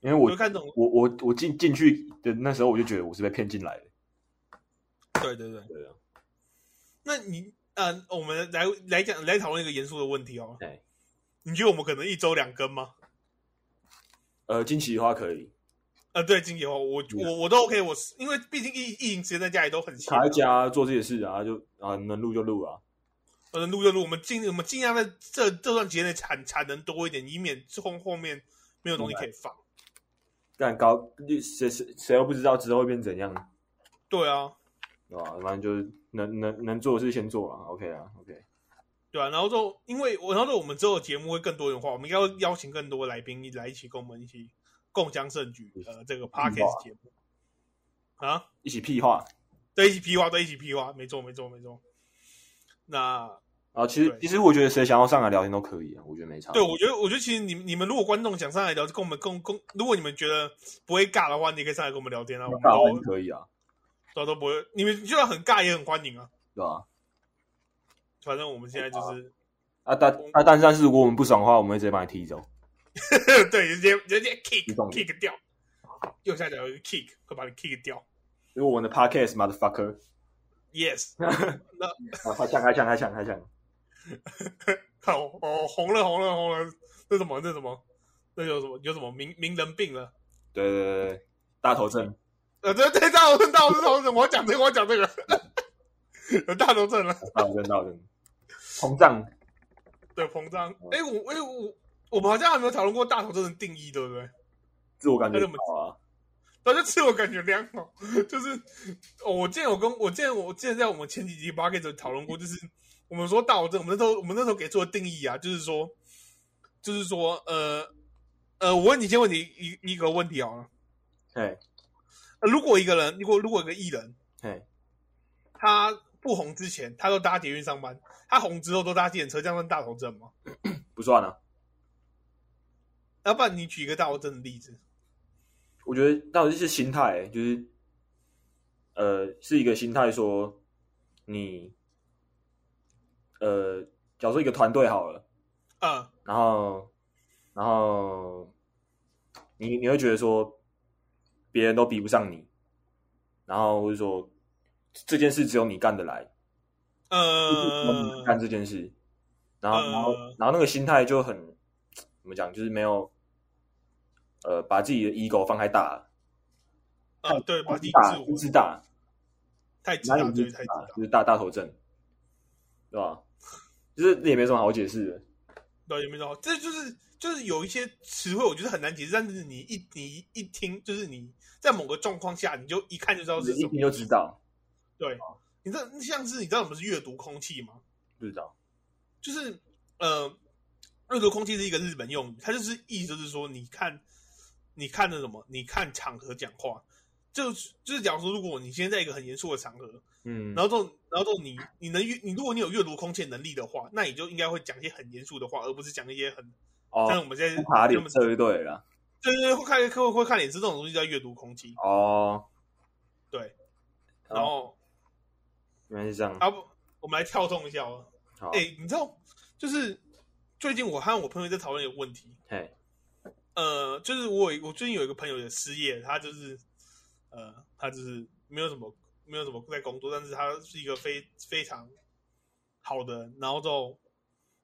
Speaker 5: 因为我
Speaker 4: 就看这种，
Speaker 5: 我我我进进去的那时候我就觉得我是被骗进来的，
Speaker 4: 对对对。
Speaker 5: 对啊，
Speaker 4: 那你呃，我们来来讲来讨论一个严肃的问题哦。
Speaker 5: 哎，
Speaker 4: 你觉得我们可能一周两更吗？
Speaker 5: 呃，近期的话可以，
Speaker 4: 呃，对，金姐话，我
Speaker 5: 嗯
Speaker 4: 我我都 OK，我是因为毕竟疫疫情时间在家里都很闲啊
Speaker 5: 卡在家做自己的事啊，就啊能录就录啊，
Speaker 4: 呃，录就录，我们尽我们尽量在这这段时间内产产能多一点，以免后后面没有东西可以放。
Speaker 5: 干搞谁谁谁又不知道之后会变怎样，
Speaker 4: 对啊，
Speaker 5: 对吧？反正就是能能能做的事先做啊，OK 啊，OK，
Speaker 4: 对啊，然后就因为我然后就我们之后的节目会更多元化，我们应该要邀请更多来宾一来一起跟我们一起共襄盛举，
Speaker 5: 嗯
Speaker 4: 呃，这个 podcast 节目啊。
Speaker 5: 一起屁话
Speaker 4: 对，一起批发，对，一起批发，没错，没错，没错。那
Speaker 5: 啊，其实
Speaker 4: 对
Speaker 5: 其实我觉得谁想要上来聊天都可以啊，我觉得没差，
Speaker 4: 对我觉得，我觉得其实你们你们如果观众想上来聊，跟我们跟跟，如果你们觉得不会尬的话，你也可以上来跟我们聊天啊，我们
Speaker 5: 大欢
Speaker 4: 都
Speaker 5: 可以啊，
Speaker 4: 都都不会，你们就算很尬也很欢迎啊。
Speaker 5: 对吧？
Speaker 4: 反正我们现在就是，
Speaker 5: 啊，但啊但但是如果我们不爽的话，我们会直接把你踢走，
Speaker 4: 对，直接直接 kick
Speaker 5: 你懂的
Speaker 4: kick 掉，右下角有一个 kick，会把你 kick 掉。
Speaker 5: 因为我们的 podcast motherfucker。
Speaker 4: Yes，
Speaker 5: 啊，还抢还抢还抢还抢！
Speaker 4: 看我哦，红了红了红了，这什么这什么，这有什么有什么名名人病了？
Speaker 5: 对对对对，大头症，
Speaker 4: 呃，对对，大头症，大头症，大头症，我要讲这个，我要讲这个，有 大头症了，
Speaker 5: 大头症，大头症，膨胀。
Speaker 4: 对，膨胀。
Speaker 5: 哦
Speaker 4: 哎，我哎我我们好像还没有讨论过大头症的定义，对不对？
Speaker 5: 自我感觉
Speaker 4: 那怎么
Speaker 5: 好啊，
Speaker 4: 但是自我感觉良好，就是、哦、我之前有跟我之前我之前在我们前几集 p o c a s t 讨论过，就是我们说大头症，我们那时候我们那时候给出的定义啊，就是说，就是说，呃呃，我问你一些问题，一一个问题好了，
Speaker 5: 嘿，
Speaker 4: 呃如果一个人，如果如果一个艺人，
Speaker 5: 嘿，
Speaker 4: 他不红之前，他都搭捷运上班；他红之后都搭计程车，这样算大头症吗？
Speaker 5: 不算啊。
Speaker 4: 要不然你举一个大头症的例子。
Speaker 5: 我觉得到底是心态、就是呃，是一个心态说你呃，假如说一个团队好了，
Speaker 4: 嗯
Speaker 5: 然后然后你你会觉得说别人都比不上你，然后或者说这件事只有你干得来，
Speaker 4: 呃，
Speaker 5: 干这件事，然后
Speaker 4: 呃
Speaker 5: 然后然后那个心态就很怎么讲，就是没有呃把自己的 ego 放太大了，
Speaker 4: 啊，对，把自己
Speaker 5: 大
Speaker 4: 自我
Speaker 5: 自大，
Speaker 4: 太自
Speaker 5: 哪
Speaker 4: 大，
Speaker 5: 里
Speaker 4: 对，
Speaker 5: 自
Speaker 4: 太自
Speaker 5: 大
Speaker 4: 大，
Speaker 5: 就是大大头症，对吧？就是也没什么好解释的，
Speaker 4: 对，有没有？这就是就是有一些词汇，我觉得很难解释，但是你一你一听，就是你在某个状况下，你就一看就知道是
Speaker 5: 一
Speaker 4: 什么
Speaker 5: 听。就知道，
Speaker 4: 你知道，像是你知道什么是阅读空气吗？
Speaker 5: 不知道，
Speaker 4: 就是呃，阅读空气是一个日本用语，它就是意思就是说，你看，你看的什么？你看场合讲话，就是就是假如说，如果你今天在一个很严肃的场合，
Speaker 5: 嗯，
Speaker 4: 然后就然后就你你能阅你如果你有阅读空气的能力的话，那你就应该会讲一些很严肃的话，而不是讲一些很像
Speaker 5: 哦，
Speaker 4: 我们现在
Speaker 5: 爬
Speaker 4: 这
Speaker 5: 脸
Speaker 4: 么
Speaker 5: 色就对了啦，
Speaker 4: 对对对，会看客户会看脸色这种东西叫阅读空气，
Speaker 5: 哦，
Speaker 4: 对，
Speaker 5: 哦
Speaker 4: 然后
Speaker 5: 原来是这样，
Speaker 4: 啊不，我们来跳动一下哦，
Speaker 5: 好，
Speaker 4: 哎、你知道，就是最近我和我朋友在讨论一个问题，
Speaker 5: 嘿，
Speaker 4: 呃，就是我有我最近有一个朋友也失业，他就是呃，他就是没有什么没有什么在工作，但是他是一个非非常好的人，然后就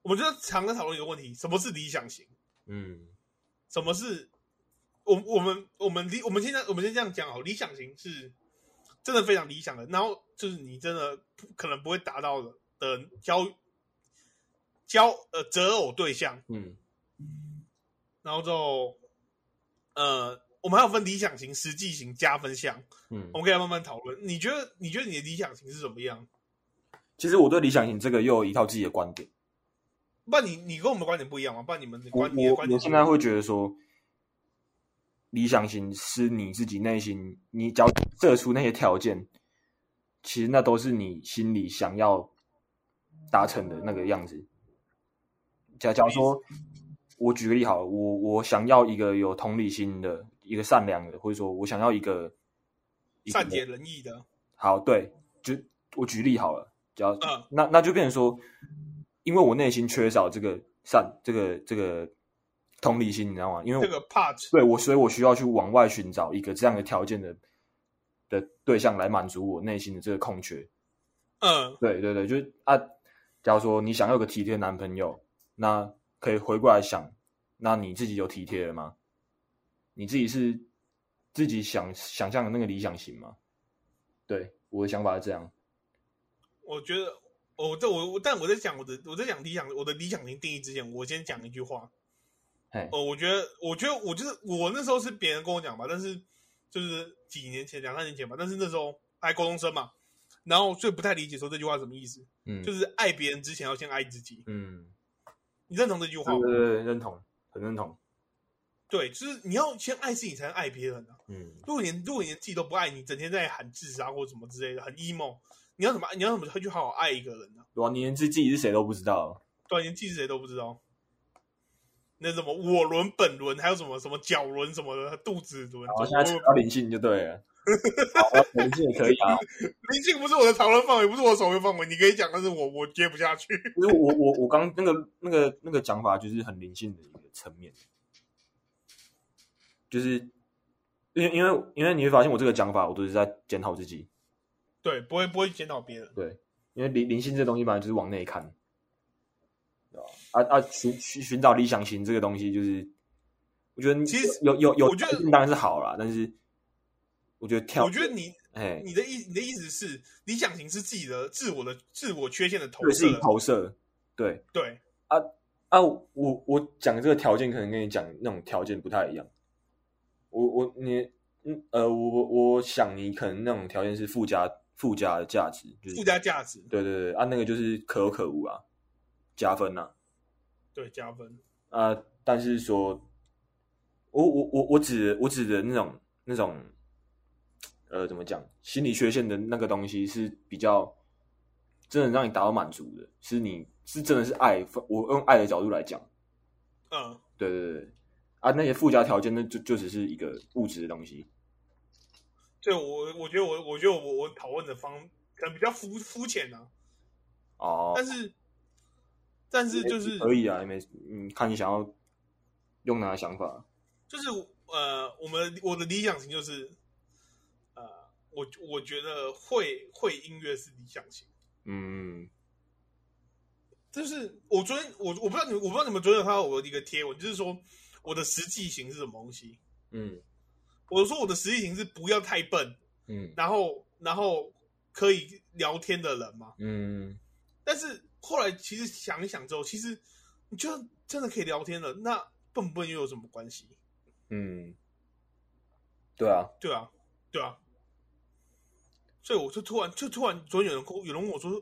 Speaker 4: 我们就常在讨论一个问题：什么是理想型？
Speaker 5: 嗯，
Speaker 4: 什么是？我我们我们理我们现在我们先这样讲好，理想型是真的非常理想的，然后就是你真的不可能不会达到的的交交呃择偶对象，
Speaker 5: 嗯，
Speaker 4: 然后就呃，我们还有分理想型、实际型、加分项，
Speaker 5: 嗯
Speaker 4: 我，们可以来慢慢讨论。你觉得你觉得你的理想型是怎么样？
Speaker 5: 其实我对理想型这个又有一套自己的观点。
Speaker 4: 不然你你跟我们的观点不一样吗？不然你们的
Speaker 5: 我
Speaker 4: 观你的
Speaker 5: 我
Speaker 4: 观
Speaker 5: 我
Speaker 4: 点
Speaker 5: 现在会觉得说，理想型是你自己内心，你只要设出那些条件，其实那都是你心里想要达成的那个样子。假假如说，我举个例好了，我我想要一个有同理心的，一个善良的，或者说我想要一个一个
Speaker 4: 善解人意的，
Speaker 5: 好，对，就我举例好了，只要、
Speaker 4: 嗯
Speaker 5: 那那就变成说，因为我内心缺少这个善，这个这个同理心，你知道吗？因为我
Speaker 4: 这个 part
Speaker 5: 对我，所以我需要去往外寻找一个这样的条件的的对象来满足我内心的这个空缺。
Speaker 4: 嗯，
Speaker 5: 对对对，就是啊，假如说你想要有个体贴的男朋友，那可以回过来想，那你自己有体贴了吗？你自己是自己想想象的那个理想型吗？对，我的想法是这样。
Speaker 4: 我觉得我这我我，但我在讲我的我在讲理想我的理想型定义之前，我先讲一句话。
Speaker 5: 嘿，
Speaker 4: 呃，我觉得我觉得我就是我那时候是别人跟我讲吧，但是就是几年前两三年前吧，但是那时候还高中生嘛，然后所以不太理解说这句话什么意思。
Speaker 5: 嗯，
Speaker 4: 就是爱别人之前要先爱自己。
Speaker 5: 嗯，
Speaker 4: 你认同这句话
Speaker 5: 对
Speaker 4: 吗？
Speaker 5: 对对，认同，很认同。
Speaker 4: 对，就是你要先爱自己，才能爱别人啊。
Speaker 5: 嗯
Speaker 4: 如果连如果连自己都不爱你，整天在喊自杀或什么之类的，很 emo，你要怎么你要怎么会去好好爱一个人呢、
Speaker 5: 对啊，你连自自己是谁都不知道。
Speaker 4: 对啊，连自己是谁都不知道。那什么我轮、本轮，还有什么什么脚轮什么的，肚子轮。
Speaker 5: 好，啊现
Speaker 4: 什么
Speaker 5: 在扯到灵性就对 了。好，灵性也可以啊。
Speaker 4: 灵性不是我的讨论范围，不是我的首位范围，你可以讲，但是我我接不下去。
Speaker 5: 因为我我我刚那个那个那个讲法就是很灵性的一个层面，就是因为因为因为你会发现我这个讲法，我都是在检讨自己。
Speaker 4: 对，不会不会检讨别人。
Speaker 5: 对，因为灵灵性这东西本来就是往内看，对吧啊啊，寻寻寻找理想型这个东西，就是我觉得
Speaker 4: 其实
Speaker 5: 有有有，
Speaker 4: 我觉得
Speaker 5: 当然是好啦，但是我觉得跳，
Speaker 4: 我觉得你
Speaker 5: 哎，
Speaker 4: 你的意你的意思是，理想型是自己的自我的自我缺陷的投
Speaker 5: 对，
Speaker 4: 射
Speaker 5: 是一个投射，对，
Speaker 4: 对，
Speaker 5: 啊，我我讲这个条件可能跟你讲那种条件不太一样。我我你嗯呃，我我我想你可能那种条件是附加附加的价值，就是
Speaker 4: 附加价值，
Speaker 5: 对对对啊，那个就是可有可无啊，加分啊呐
Speaker 4: 对加分。
Speaker 5: 啊但是说，我我我我指我指的那种那种呃怎么讲，心理缺陷的那个东西是比较真的让你达到满足的，是你是真的是爱，我用爱的角度来讲。
Speaker 4: 嗯，
Speaker 5: 对对对，啊，那些附加条件那就就只是一个物质的东西。
Speaker 4: 对我我觉得我我觉得我我讨论的方可能比较肤肤浅啊，
Speaker 5: 哦，
Speaker 4: 但是但是就是
Speaker 5: 可以啊，没，嗯，看你想要用哪个想法。
Speaker 4: 就是呃，我们我的理想型就是呃，我我觉得会会音乐是理想型。
Speaker 5: 嗯，
Speaker 4: 就是我昨天我我不知道你我不知道你们昨天有看到我的一个贴文，就是说我的实际型是什么东西。
Speaker 5: 嗯
Speaker 4: 我说我的实际型是不要太笨，
Speaker 5: 嗯
Speaker 4: 然后然后可以聊天的人嘛。
Speaker 5: 嗯
Speaker 4: 但是后来其实想一想之后，其实你就算真的可以聊天了，那笨不笨又有什么关系？
Speaker 5: 嗯，对啊，
Speaker 4: 对啊，对啊。所以我就突然就突然昨天有人跟我有人问我说，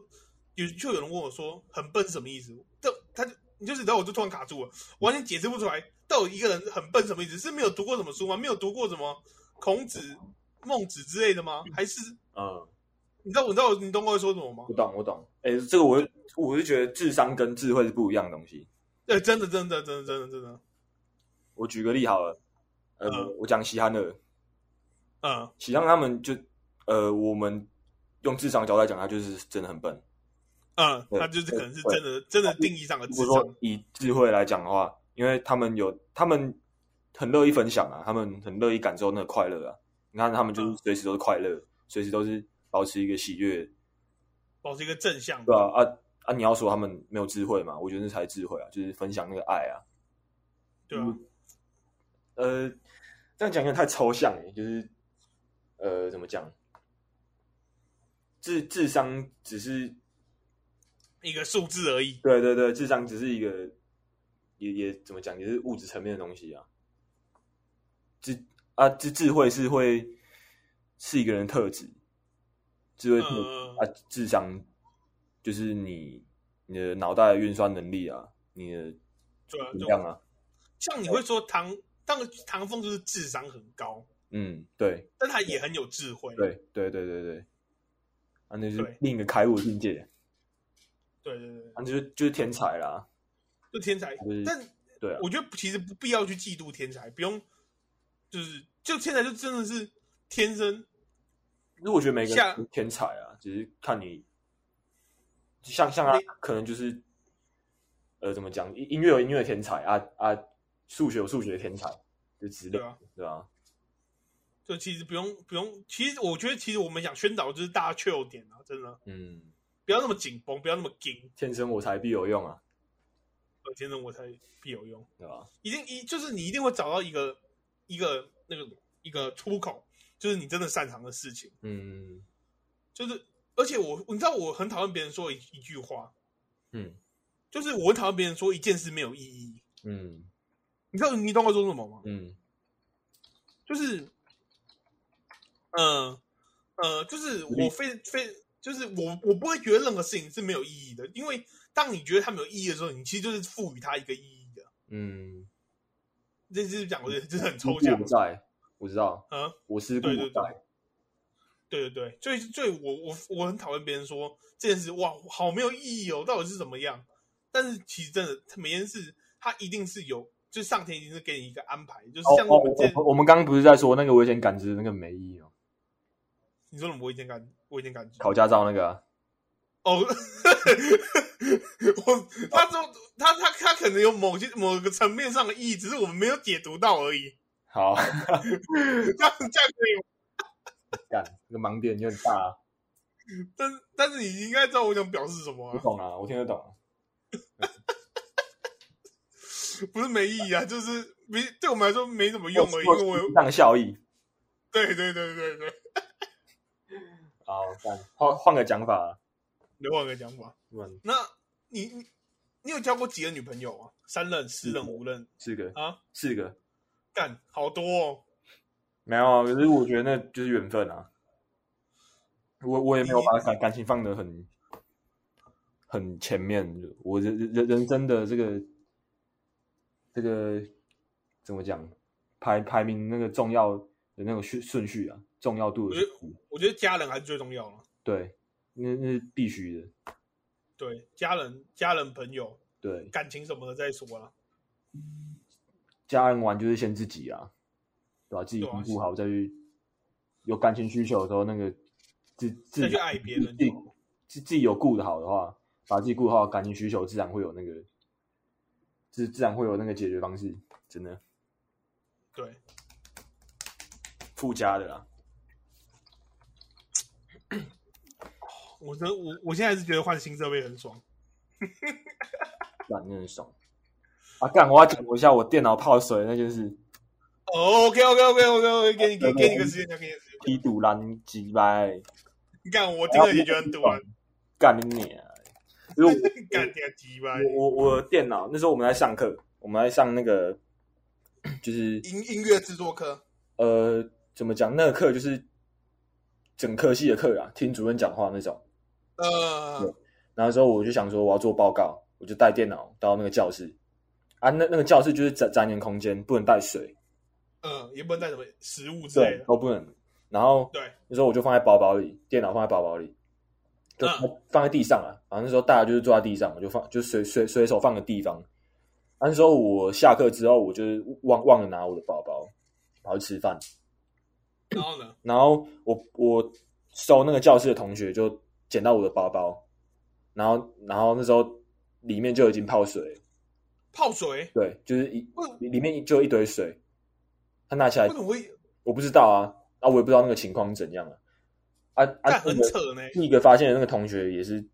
Speaker 4: 有就有人问我说很笨是什么意思？但他就你就是你知道我就突然卡住了，我完全解释不出来到底一个人很笨什么意思？是没有读过什么书吗？没有读过什么孔子、孟子之类的吗？还是
Speaker 5: 嗯，
Speaker 4: 你知道我你知道我你懂我在说什么吗
Speaker 5: 我？懂我懂。哎、这个我我是觉得智商跟智慧是不一样的东西。
Speaker 4: 对，呃真的真的真的真的真的，
Speaker 5: 我举个例好了，呃，
Speaker 4: 嗯
Speaker 5: 我讲西汉的，
Speaker 4: 嗯，
Speaker 5: 西汉他们就呃，我们用智商角度来讲，他就是真的很笨。
Speaker 4: 嗯，他就是可能是真的真的定义上的
Speaker 5: 如
Speaker 4: 智
Speaker 5: 果
Speaker 4: 障
Speaker 5: 说，以智慧来讲的话，因为他们有他们很乐意分享啊，他们很乐意感受那个快乐啊。你看他们就是随时都是快乐，随时都是保持一个喜悦，
Speaker 4: 保持一个正向
Speaker 5: 对
Speaker 4: 的。
Speaker 5: 啊啊啊！你要说他们没有智慧嘛？我觉得那才是智慧啊，就是分享那个爱啊。
Speaker 4: 对啊，
Speaker 5: 呃，这样讲有点太抽象了，就是呃，怎么讲？智智商只是
Speaker 4: 一个数字而已。
Speaker 5: 对对对，智商只是一个也也怎么讲，也是物质层面的东西啊。智啊，智智慧是会是一个人的特质，智慧特质
Speaker 4: 嗯
Speaker 5: 啊，智商就是你你的脑袋的运算能力啊，你的
Speaker 4: 对啊，
Speaker 5: 怎
Speaker 4: 就
Speaker 5: 么样啊？
Speaker 4: 像你会说唐，当唐风就是智商很高，
Speaker 5: 嗯，对
Speaker 4: 但他也很有智慧。
Speaker 5: 对对对对对，啊，那就是
Speaker 4: 对
Speaker 5: 另一个开悟的境界，
Speaker 4: 对对对，
Speaker 5: 啊，就是就是天才啦，
Speaker 4: 就天才
Speaker 5: 就是。
Speaker 4: 但
Speaker 5: 对啊，
Speaker 4: 我觉得其实不必要去嫉妒天才，不用，就是就天才就真的是天生
Speaker 5: 其实我觉得每个人
Speaker 4: 像
Speaker 5: 都是天才啊，只是看你，像像他
Speaker 4: 你
Speaker 5: 可能就是，呃，怎么讲，音音乐有音乐的天才啊啊，数学有数学的天才，就之类
Speaker 4: 对啊，
Speaker 5: 对啊，
Speaker 4: 就其实不用不用，其实我觉得其实我们想宣导就是大家 chill 点啊，真的
Speaker 5: 嗯，
Speaker 4: 不要那么紧绷，不要那么紧，
Speaker 5: 天生我材必有用啊，
Speaker 4: 呃天生我才必有用，
Speaker 5: 对吧？
Speaker 4: 一定一就是你一定会找到一个一个那个一个出口，就是你真的擅长的事情，
Speaker 5: 嗯
Speaker 4: 就是而且我你知道我很讨厌别人说一一句话，
Speaker 5: 嗯
Speaker 4: 就是我很讨厌别人说一件事没有意义，
Speaker 5: 嗯
Speaker 4: 你知道你懂我说什么吗？
Speaker 5: 嗯
Speaker 4: 就是，呃呃，就是我非非就是我我不会觉得任何事情是没有意义的，因为当你觉得它没有意义的时候，你其实就是赋予它一个意义的。
Speaker 5: 嗯，
Speaker 4: 这就是讲，我觉得这是很
Speaker 5: 无
Speaker 4: 抽
Speaker 5: 故
Speaker 4: 象
Speaker 5: 不在，我知道，
Speaker 4: 啊。
Speaker 5: 我是故
Speaker 4: 对
Speaker 5: 我
Speaker 4: 对
Speaker 5: 在，
Speaker 4: 对对对，所以所以我我我很讨厌别人说这件事哇，好没有意义哦，到底是怎么样？但是其实真的，它每件事它一定是有，就上天一定是给你一个安排，就是
Speaker 5: 哦
Speaker 4: 像
Speaker 5: 哦，
Speaker 4: 我们这、
Speaker 5: 我我们刚刚不是在说那个危险感知的那个没意义哦，
Speaker 4: 你说什么，我已经感我已经感觉
Speaker 5: 考驾照那个啊，
Speaker 4: 哦， 我他说他他他可能有某些某个层面上的意义，只是我们没有解读到而已。
Speaker 5: 好，
Speaker 4: 这样这样可以吗，
Speaker 5: 干，这个盲点有点大啊，
Speaker 4: 但但是你应该知道我想表示什么
Speaker 5: 我
Speaker 4: 啊？
Speaker 5: 懂啊，我听得懂啊，
Speaker 4: 不是没意义啊，就是没对我们来说没什么用而已。因为我有
Speaker 5: 这样的效益。
Speaker 4: 对对对对对，
Speaker 5: 好，干换换个讲法啊，
Speaker 4: 刘换个讲法。
Speaker 5: 不然
Speaker 4: 那你你你有交过几个女朋友啊？三任、四任、五任
Speaker 5: 四个
Speaker 4: 啊？
Speaker 5: 四个
Speaker 4: 干好多哦！
Speaker 5: 没有啊，可是我觉得那就是缘分啊。我我也没有把感感情放得很很前面，我人人人生的这个这个怎么讲排排名那个重要的那种顺顺序啊，重要度的顺序
Speaker 4: 我觉得家人还是最重要啊了。
Speaker 5: 对，那那是必须的，
Speaker 4: 对，家人、家人、朋友、
Speaker 5: 对，
Speaker 4: 感情什么的再说了。
Speaker 5: 家人玩就是先自己啊，对吧、自己
Speaker 4: 对啊
Speaker 5: 评估好再去，有感情需求的时候，那个自自
Speaker 4: 再去爱别人
Speaker 5: 自己
Speaker 4: 就好
Speaker 5: 自自己有顾得好的话，把自己顾好，感情需求自然会有那个，自自然会有那个解决方式，真的
Speaker 4: 对，
Speaker 5: 附加的啦。
Speaker 4: 我真的我我现在还是觉得换新设备很爽。
Speaker 5: 干真的很爽啊！干，我要讲一下我电脑泡水那件
Speaker 4: 啊
Speaker 5: 事，
Speaker 4: 哦 OK OK OK OK OK，给你给给你个时间，给你个时间。
Speaker 5: 踢赌篮击败，
Speaker 4: 你看我听了也觉得很堵啊，
Speaker 5: 干你娘！就是我
Speaker 4: 干点鸡巴。
Speaker 5: 我我我的电脑那时候我们在上课，我们在上那个 就是
Speaker 4: 音音乐制作科，
Speaker 5: 呃，怎么讲？那个课就是整科系的课啦，听主任讲话那种。
Speaker 4: 呃，
Speaker 5: 然后那时候我就想说我要做报告，我就带电脑到那个教室啊，那那个教室就是展展演空间，不能带水，
Speaker 4: 嗯，也不能带什么食物之类
Speaker 5: 对，
Speaker 4: 的。
Speaker 5: 都不能。然后
Speaker 4: 对，
Speaker 5: 那时候我就放在包包里，电脑放在包包里，就
Speaker 4: 嗯
Speaker 5: 放在地上啊。反正那时候大家就是坐在地上，我就放就随随随手放个地方。啊那时候我下课之后，我就是忘忘了拿我的包包，跑去吃饭。
Speaker 4: 然后呢，
Speaker 5: 然后我我收那个教室的同学就捡到我的包包，然后然后那时候里面就已经泡水了，
Speaker 4: 泡水，
Speaker 5: 对，就是一
Speaker 4: 为
Speaker 5: 里里面就一堆水，他拿起来
Speaker 4: 为什，么会
Speaker 5: 我不知道啊，啊，我也不知道那个情况怎样啊，啊啊，
Speaker 4: 干很
Speaker 5: 那个
Speaker 4: 扯呢？
Speaker 5: 第一个发现的那个同学也是直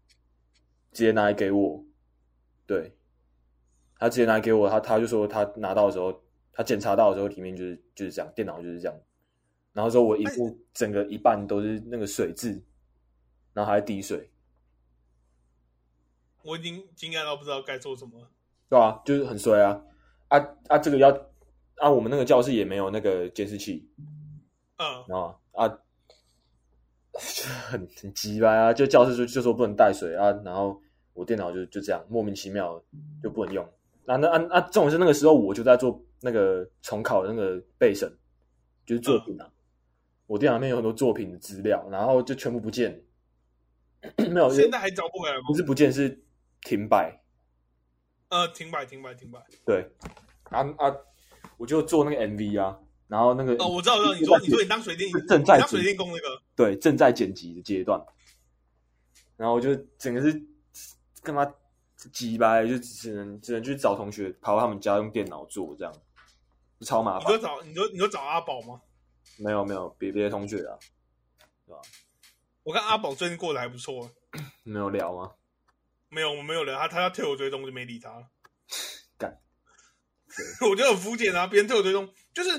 Speaker 5: 接拿来给我，对，他直接拿来给我，他他就说他拿到的时候，他检查到的时候里面就是就是这样，电脑就是这样，然后说我一部整个一半都是那个水渍，然后还滴水，
Speaker 4: 我已经惊讶到不知道该做什么了。
Speaker 5: 对吧、就是很衰啊，啊啊，这个要啊，我们那个教室也没有那个监视器，
Speaker 4: 嗯，
Speaker 5: 然后啊，就很很鸡巴啊，就教室就就说不能带水啊，然后我电脑就就这样莫名其妙就不能用。那那啊啊，重点是那个时候我就在做那个重考的那个备审，就是作品
Speaker 4: 嗯
Speaker 5: 啊，我电脑里面有很多作品的资料，然后就全部不见了， 没有，
Speaker 4: 现在还找不回来吗
Speaker 5: 不？是不见是停摆，
Speaker 4: 呃，停摆，停摆，停摆。
Speaker 5: 对，啊啊，我就做那个 MV 啊，然后那个
Speaker 4: 哦，我知道，我知道。你说，你说你当水电，
Speaker 5: 正在
Speaker 4: 你当水电工那个，
Speaker 5: 对，正在剪辑的阶段，然后我就整个是干嘛鸡巴，就只能只能去找同学跑到他们家用电脑做这样，超麻
Speaker 4: 你就
Speaker 5: 烦。
Speaker 4: 找，你就你就找阿宝吗？
Speaker 5: 没有没有，别别的同学啊，
Speaker 4: 我看阿宝最近过得还不错。
Speaker 5: 没有聊吗？
Speaker 4: 没有，我没有聊他，他要退我追踪，我就没理他了。
Speaker 5: 干，
Speaker 4: 我觉得很肤浅啊！别人退我追踪，就是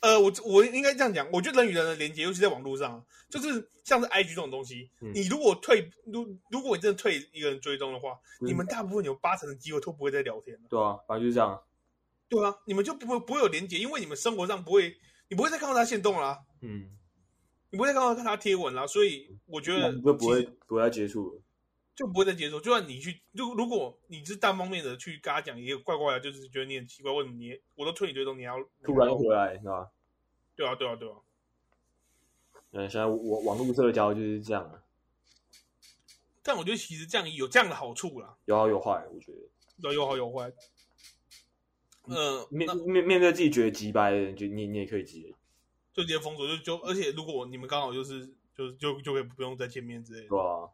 Speaker 4: 呃，我我应该这样讲，我觉得人与人的连接，尤其在网络上啊，就是像是 IG 这种东西，
Speaker 5: 嗯
Speaker 4: 你如果退，如如果你真的退一个人追踪的话，
Speaker 5: 嗯
Speaker 4: 你们大部分有八成的机会都不会再聊天了。
Speaker 5: 对啊，反正就是这样啊。
Speaker 4: 对啊，你们就不会不会有连接，因为你们生活上不会，你不会再看到他现动啦、
Speaker 5: 嗯，
Speaker 4: 你不会再看到他贴文啦、所以我觉得
Speaker 5: 就不
Speaker 4: 其实
Speaker 5: 会不会再接触了。
Speaker 4: 就不会再接受。就算你去，如如果你是单方面的去跟他讲，也有怪怪的，就是觉得你很奇怪，为什么你我都推你追踪，你还要
Speaker 5: 突然回来，是吧？
Speaker 4: 对啊对啊对啊，
Speaker 5: 嗯，现在我网络社交就是这样啊，
Speaker 4: 但我觉得其实这样有这样的好处啦，
Speaker 5: 有好有坏，我觉得。
Speaker 4: 有有好有坏。嗯，
Speaker 5: 面
Speaker 4: 那
Speaker 5: 面面对自己觉得鸡掰的人，就你你也可以鸡掰，
Speaker 4: 就直接封锁，就就而且如果你们刚好就是就就就可以不用再见面之类的
Speaker 5: 对，吧、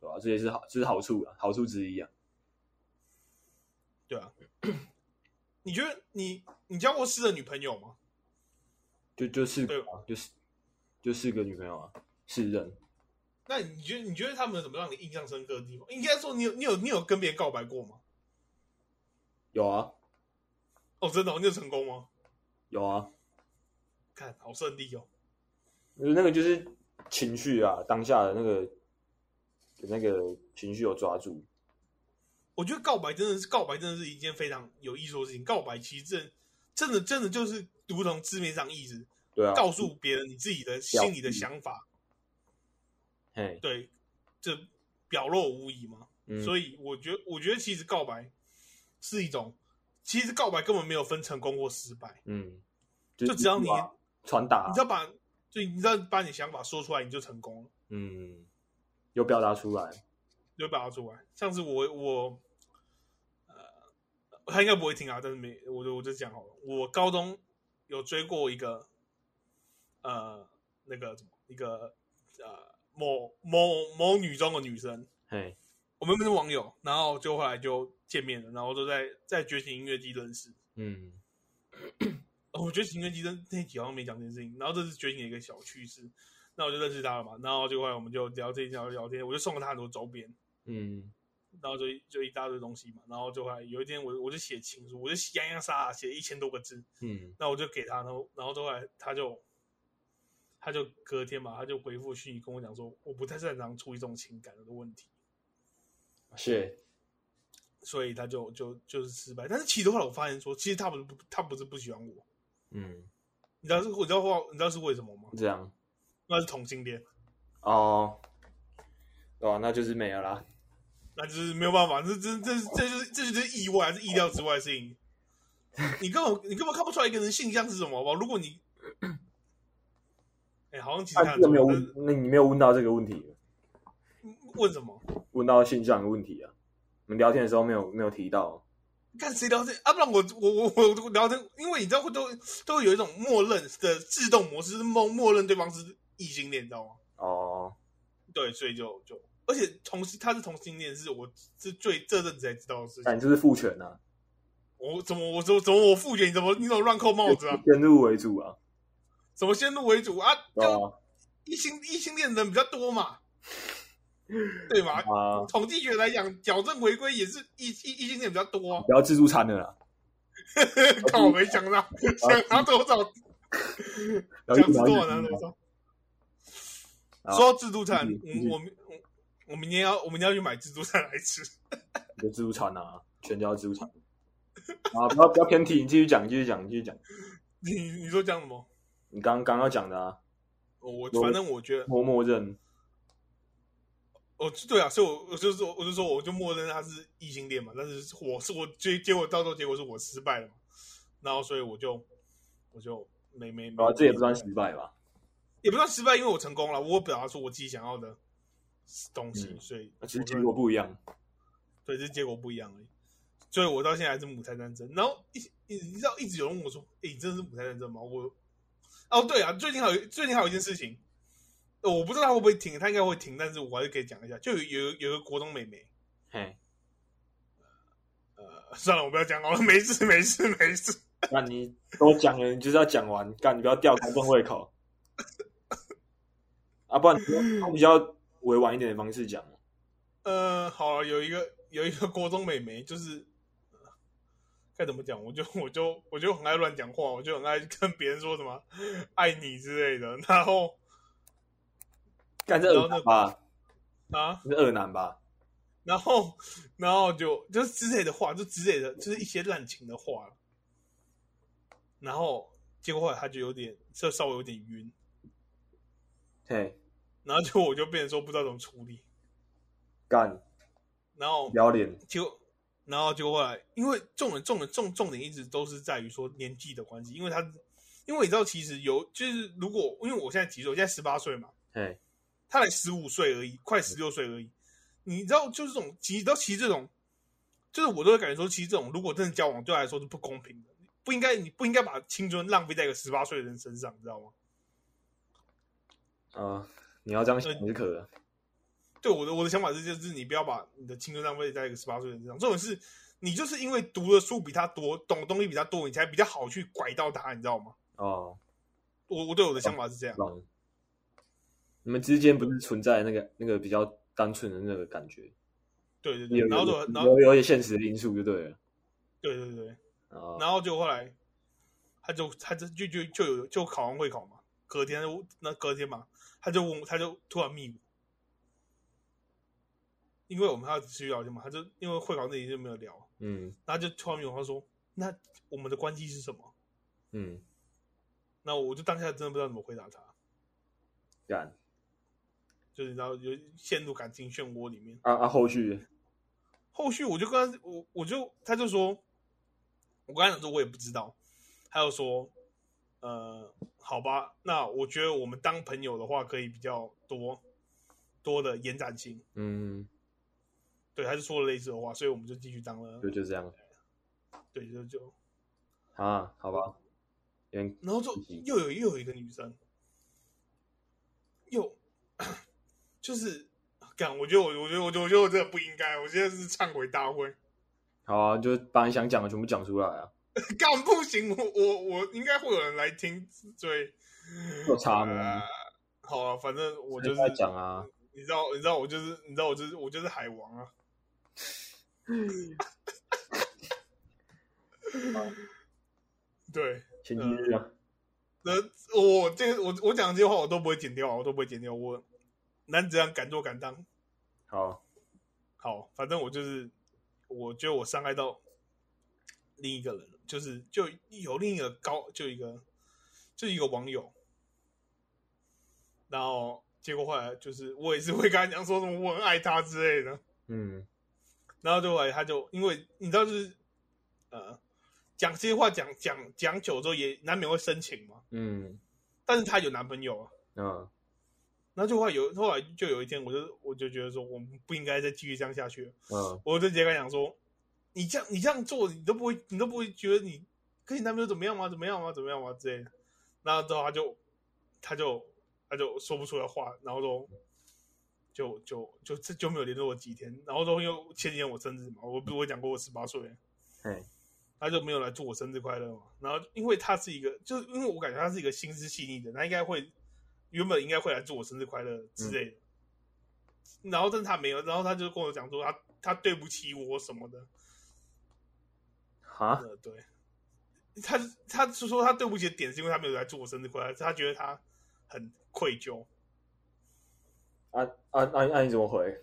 Speaker 5: 对啊吧、这也是好，这是好处啊，好处之一啊。
Speaker 4: 对 啊。你觉得你你交过诗的女朋友吗？
Speaker 5: 就就四
Speaker 4: 对
Speaker 5: 个、啊，就是就四个女朋友啊，四人。
Speaker 4: 那你觉得你觉得他们有什么让你印象深刻的地方？应该说你有你有你有跟别人告白过吗？
Speaker 5: 有啊，
Speaker 4: 哦，真的、哦，你有成功吗？
Speaker 5: 有啊，
Speaker 4: 看好顺利哦。
Speaker 5: 那个就是情绪啊，当下的那个那个情绪有抓住，
Speaker 4: 我觉得告白真的是告白，真的是一件非常有艺术的事情。告白其实真真的真的就是如同字面上意思，
Speaker 5: 对啊，
Speaker 4: 告诉别人你自己的心里的想法，
Speaker 5: 嘿，
Speaker 4: 对，这表露无遗嘛。
Speaker 5: 嗯，
Speaker 4: 所
Speaker 5: 以
Speaker 4: 以我觉得，我觉得其实告白是一种，其实告白根本没有分成功或失败，
Speaker 5: 嗯，
Speaker 4: 就只要你
Speaker 5: 是啊传达
Speaker 4: 你，只要把就你知道把你想法说出来，你就成功了。
Speaker 5: 嗯，有表达出来，
Speaker 4: 就把它出来。上次我我呃，他应该不会听啊，但是没，我就我就讲好了。我高中有追过一个呃那个什么一个呃某某某女中的女生，
Speaker 5: 嘿，
Speaker 4: 我们不是网友，然后就后来就见面了，然后就在在觉醒音乐季认识。
Speaker 5: 嗯
Speaker 4: 哦我觉得行人机真那一集好像没讲这件事情，然后这是觉醒的一个小趣事，那我就认识他了嘛，然后就后来我们就聊天聊天聊天，我就送了他很多周边，
Speaker 5: 嗯
Speaker 4: 然后就一就一大堆东西嘛，然后就后来有一天我我就写情书，我就洋洋洒洒写一千多个字，
Speaker 5: 嗯，
Speaker 4: 那我就给他，然后然后后来他就他就隔天嘛，他就回复讯息跟我讲说，我不太擅长处理这种情感的问题，
Speaker 5: 谢，
Speaker 4: 所以他就就就是失败。但是其实后来我发现说，其实他不是不他不是不喜欢我，
Speaker 5: 嗯，
Speaker 4: 你知道是你知道后你知道是为什么吗？
Speaker 5: 这样
Speaker 4: 那是同性恋，
Speaker 5: 哦，对啊，那就是没有啦，
Speaker 4: 那就是没有办法，这这这这就是这就是意外，是意料之外的事情。你根本你根本看不出来一个人性向是什么，好不好？如果你，哎、好像其实
Speaker 5: 啊，
Speaker 4: 看
Speaker 5: 这
Speaker 4: 得出
Speaker 5: 个没
Speaker 4: 来
Speaker 5: 有
Speaker 4: 但
Speaker 5: 问
Speaker 4: 是，
Speaker 5: 那你没有问到这个问题，
Speaker 4: 呃问什么？
Speaker 5: 问到现象的问题啊，我们聊天的时候没有没有提到。
Speaker 4: 看谁聊天啊？不然我我我我我聊天，因为你知道会都都会有一种默认的自动模式，是默默认对方是异性恋，你知道吗？
Speaker 5: 啊哦，
Speaker 4: 对，所以就就而且同性他是同性恋，是我是最这阵子才知道的事
Speaker 5: 那
Speaker 4: 情。
Speaker 5: 你就是父权啊，
Speaker 4: 我怎么我怎么怎么我复原？你怎么你怎么乱扣
Speaker 5: 哦
Speaker 4: 帽子 啊？
Speaker 5: 先入为主啊，
Speaker 4: 怎么先入为主啊？
Speaker 5: 对
Speaker 4: 就
Speaker 5: 吧？
Speaker 4: 异性异性恋的人比较多嘛，对吧？
Speaker 5: 啊，
Speaker 4: 统计学来讲，矫正回归也是异异异性恋比较多、啊。
Speaker 5: 不要自助餐的啦，
Speaker 4: 靠，我没想到，想拿多少？
Speaker 5: 不要
Speaker 4: 想
Speaker 5: 自
Speaker 4: 知
Speaker 5: 助
Speaker 4: 道
Speaker 5: 餐
Speaker 4: 拿
Speaker 5: 啊
Speaker 4: 多少？
Speaker 5: 好
Speaker 4: 说到自助餐，
Speaker 5: 继续继
Speaker 4: 嗯
Speaker 5: 续
Speaker 4: 我明我我明天要我明天要去买自助餐来吃。
Speaker 5: 就自助餐啊，全家自助餐。啊，不要不要偏题，你继续讲，继续讲，继续讲。
Speaker 4: 你你说讲什么？
Speaker 5: 你刚刚要讲的啊，
Speaker 4: 我
Speaker 5: 我
Speaker 4: 反正我觉得，
Speaker 5: 默默认
Speaker 4: 哦，对啊，所以我我就说，我就说，我就默认他是异性恋嘛。但是我是我结结果到时候结果是我失败了嘛，然后所以我就我就没没没
Speaker 5: 啊，这也不算失败吧？
Speaker 4: 也不算失败，因为我成功了，我有表达出我自己想要的东西，
Speaker 5: 嗯
Speaker 4: 所以
Speaker 5: 其实
Speaker 4: 我
Speaker 5: 结
Speaker 4: 认
Speaker 5: 果不一样。
Speaker 4: 对，只是结果不一样而已。所以我到现在还是母胎单身。然后一一你知道，一直有人问我说：“诶，你真的是母胎单身吗？”我哦，对啊，最近还有最近还有一件事情，呃我不知道他会不会停，他应该会停，但是我还是可以讲一下。就有有有个国中妹妹，
Speaker 5: 嘿，
Speaker 4: 呃，算了，我不要讲好了，没事没事没事。
Speaker 5: 那你都讲了，你就是要讲完，干你不要吊观众胃口。啊，不然你用比较委婉一点的方式讲嘛。
Speaker 4: 呃，好了，有一个有一个国中妹妹，就是呃该怎么讲，我就我就我就很爱乱讲话，我就很爱跟别人说什么爱你之类的，然后
Speaker 5: 干这二男吧，
Speaker 4: 啊。
Speaker 5: 你是二男吧？
Speaker 4: 然后，然后就就是之类的话，就之类的，就是一些滥情的话。然后结果后来他就有点，就稍微有点晕，
Speaker 5: 嘿，
Speaker 4: 然后就我就变成说不知道怎么处理。
Speaker 5: 干
Speaker 4: 然后
Speaker 5: 不要脸，
Speaker 4: 结果，然后结果后来，因为重点重点重重点一直都是在于说年纪的关系，因为他，因为你知道，其实有就是如果因为我现在几岁，我现在十八岁嘛，
Speaker 5: 嘿，
Speaker 4: 他才十五岁而已，快十六岁而已。你知道，就是这种，其实到其实这种，就是我都会感觉说，其实这种如果真的交往，对他来说是不公平的，不应该，你不应该把青春浪费在一个十八岁的人身上，你知道吗？
Speaker 5: 啊，你要这样想就可了。
Speaker 4: 对我的我的想法是，就是你不要把你的青春浪费在一个十八岁的人身上。这种是，你就是因为读的书比他多，懂的东西比他多，你才比较好去拐到他，你知道吗？
Speaker 5: 哦，
Speaker 4: 我我对我的想法是这样。
Speaker 5: 嗯，你们之间不是存在那个那个比较单纯的那个感觉，
Speaker 4: 对对对
Speaker 5: 有，
Speaker 4: 然后就
Speaker 5: 有
Speaker 4: 然后
Speaker 5: 有有一些现实的因素就对了。
Speaker 4: 对对对，
Speaker 5: 啊，
Speaker 4: 然后就后来，他就他就就就就有就考完会考嘛，隔天就那隔天嘛，他就问我他就突然密我，因为我们还要继续聊天嘛，他就因为会考那里就没有聊，
Speaker 5: 嗯
Speaker 4: 然后就突然密我，他说那我们的关系是什么？
Speaker 5: 嗯，
Speaker 4: 那我就当下真的不知道怎么回答他，
Speaker 5: 干
Speaker 4: 就是你知道就陷入感情漩涡里面。
Speaker 5: 啊啊，后续
Speaker 4: 后续我就跟他，我我就他就说，我跟他讲说，我也不知道。他又说，呃，好吧，那我觉得我们当朋友的话，可以比较多多的延展性。
Speaker 5: 嗯，
Speaker 4: 对，他就说了类似的话，所以我们就继续当了
Speaker 5: 就。就这样
Speaker 4: 对，就就，
Speaker 5: 啊，好吧，有点
Speaker 4: 然后就又有又有一个女生，又 就是，干，我觉得我我觉得我觉得我觉得我真的不应该，我现在是忏悔大会。
Speaker 5: 好啊，就把你想讲的全部讲出来啊，
Speaker 4: 干不行，我我我应该会有人来听，所以
Speaker 5: 有差
Speaker 4: 呃
Speaker 5: 吗？
Speaker 4: 好了，反正我就是
Speaker 5: 在讲啊，
Speaker 4: 你知道，你知道我就是，你知道我就是我就是海王啊，对，
Speaker 5: 前几日啊，
Speaker 4: 那我这个我我讲这些话我都不会剪掉啊，我都不会剪掉，我男子汉敢做敢当，
Speaker 5: 好，
Speaker 4: 好，反正我就是，我觉得我伤害到另一个人了，就是就有另一个高，就一个就一个网友，然后结果后来就是我也是会跟他讲说什么我很爱他之类的，
Speaker 5: 嗯
Speaker 4: 然后就后来他就因为你知道就是呃讲这些话讲讲讲久之后也难免会深情嘛，
Speaker 5: 嗯
Speaker 4: 但是她有男朋友啊，
Speaker 5: 嗯，
Speaker 4: 然后就后来有后来就有一天我就我就觉得说我们不应该再继续这样下去了。
Speaker 5: 嗯
Speaker 4: 我就直接跟他讲说，你这样你这样做，你都不会，你都不会觉得你跟你男朋友怎么样吗？怎么样吗？怎么样吗？之类的。然后之后他就他就他就说不出来话，然后说就就就这就没有联络我几天，然后都因为前几天我生日嘛，我不是我讲过我十八岁，
Speaker 5: 哎，
Speaker 4: 他就没有来祝我生日快乐嘛。然后因为他是一个，就是因为我感觉他是一个心思细腻的，他应该会原本应该会来祝我生日快乐之类的。然后但是他没有，然后他就跟我讲说他他对不起我什么的，
Speaker 5: 哈，
Speaker 4: 呃，对，他他是说他对不起的点是因为他没有来祝我生日快乐，他觉得他很愧疚。
Speaker 5: 啊啊啊啊！你怎么回？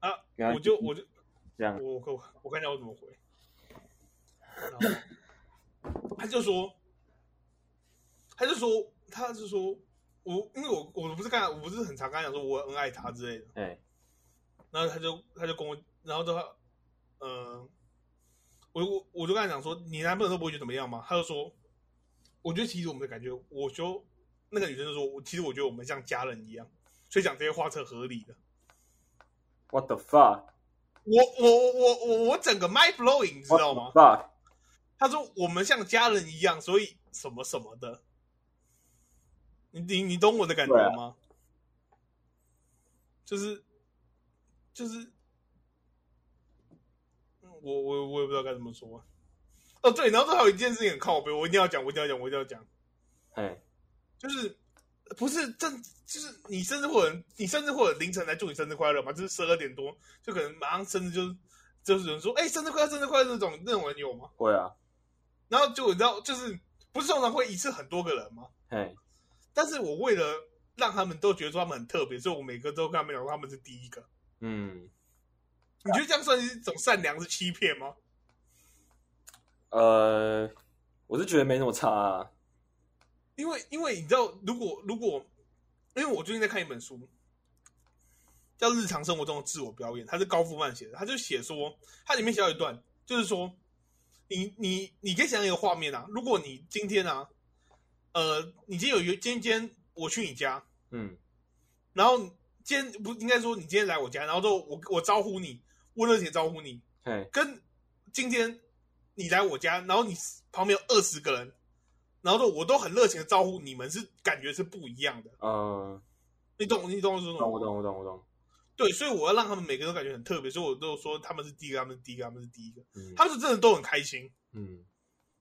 Speaker 4: 啊
Speaker 5: 给他，
Speaker 4: 我就我就
Speaker 5: 这样，
Speaker 4: 我我我看一下我怎么回。然后他就说，他就说，他就说我，因为我我不是刚才我不是很常跟他讲说我很爱他之类的，
Speaker 5: 哎，
Speaker 4: 然后他就他就跟我，然后他，呃，我我我就跟他讲说，你男朋友都不会觉得怎么样吗？他就说，我觉得其实我们的感觉，我就那个女生就说，我其实我觉得我们像家人一样，所以讲这些话是合理的。
Speaker 5: What the fuck？
Speaker 4: 我我我我我整个 mind blowing，你知道吗？
Speaker 5: ？fuck？
Speaker 4: 他说我们像家人一样，所以什么什么的。你你你懂我的感觉吗？就是就是，嗯我我我也不知道该怎么说。哦，对，然后这还有一件事情很靠背，我一定要讲，我一定要讲，我一定要讲，
Speaker 5: 哎，
Speaker 4: 就是不是正就是你生日或者你生日或者凌晨来祝你生日快乐嘛，就是十二点多，就可能马上生日就就是有人说哎、生日快乐生日快乐那种那种人有吗？
Speaker 5: 会啊，
Speaker 4: 然后就你知道，就是不是通常会一次很多个人吗？
Speaker 5: 哎，
Speaker 4: 但是我为了让他们都觉得说他们很特别，所以我每个都跟他们讲说他们是第一个。
Speaker 5: 嗯，
Speaker 4: 你觉得这样算是一种善良是欺骗吗？
Speaker 5: 呃，我是觉得没那么差啊。
Speaker 4: 因为因为你知道，如果如果因为我最近在看一本书，叫《日常生活中的自我表演》，它是高富曼写的，他就写说，它里面写到一段，就是说，你你你可以想象一个画面啊，如果你今天啊，呃，你今天有一个今天我去你家，
Speaker 5: 嗯，
Speaker 4: 然后你今天不应该说你今天来我家，然后都我我招呼你，温热情招呼你，
Speaker 5: 嘿，
Speaker 4: 跟今天你来我家，然后你旁边有二十个人，然后都我都很热情的招呼你们，是感觉是不一样的，
Speaker 5: 呃，
Speaker 4: 你懂你懂我说什
Speaker 5: 懂我
Speaker 4: 么？
Speaker 5: 懂我懂我懂。
Speaker 4: 对，所以我要让他们每个人都感觉很特别，所以我都说他们是第一个，他们是第一个，他们是第一个，
Speaker 5: 嗯
Speaker 4: 他们是真的都很开心，
Speaker 5: 嗯，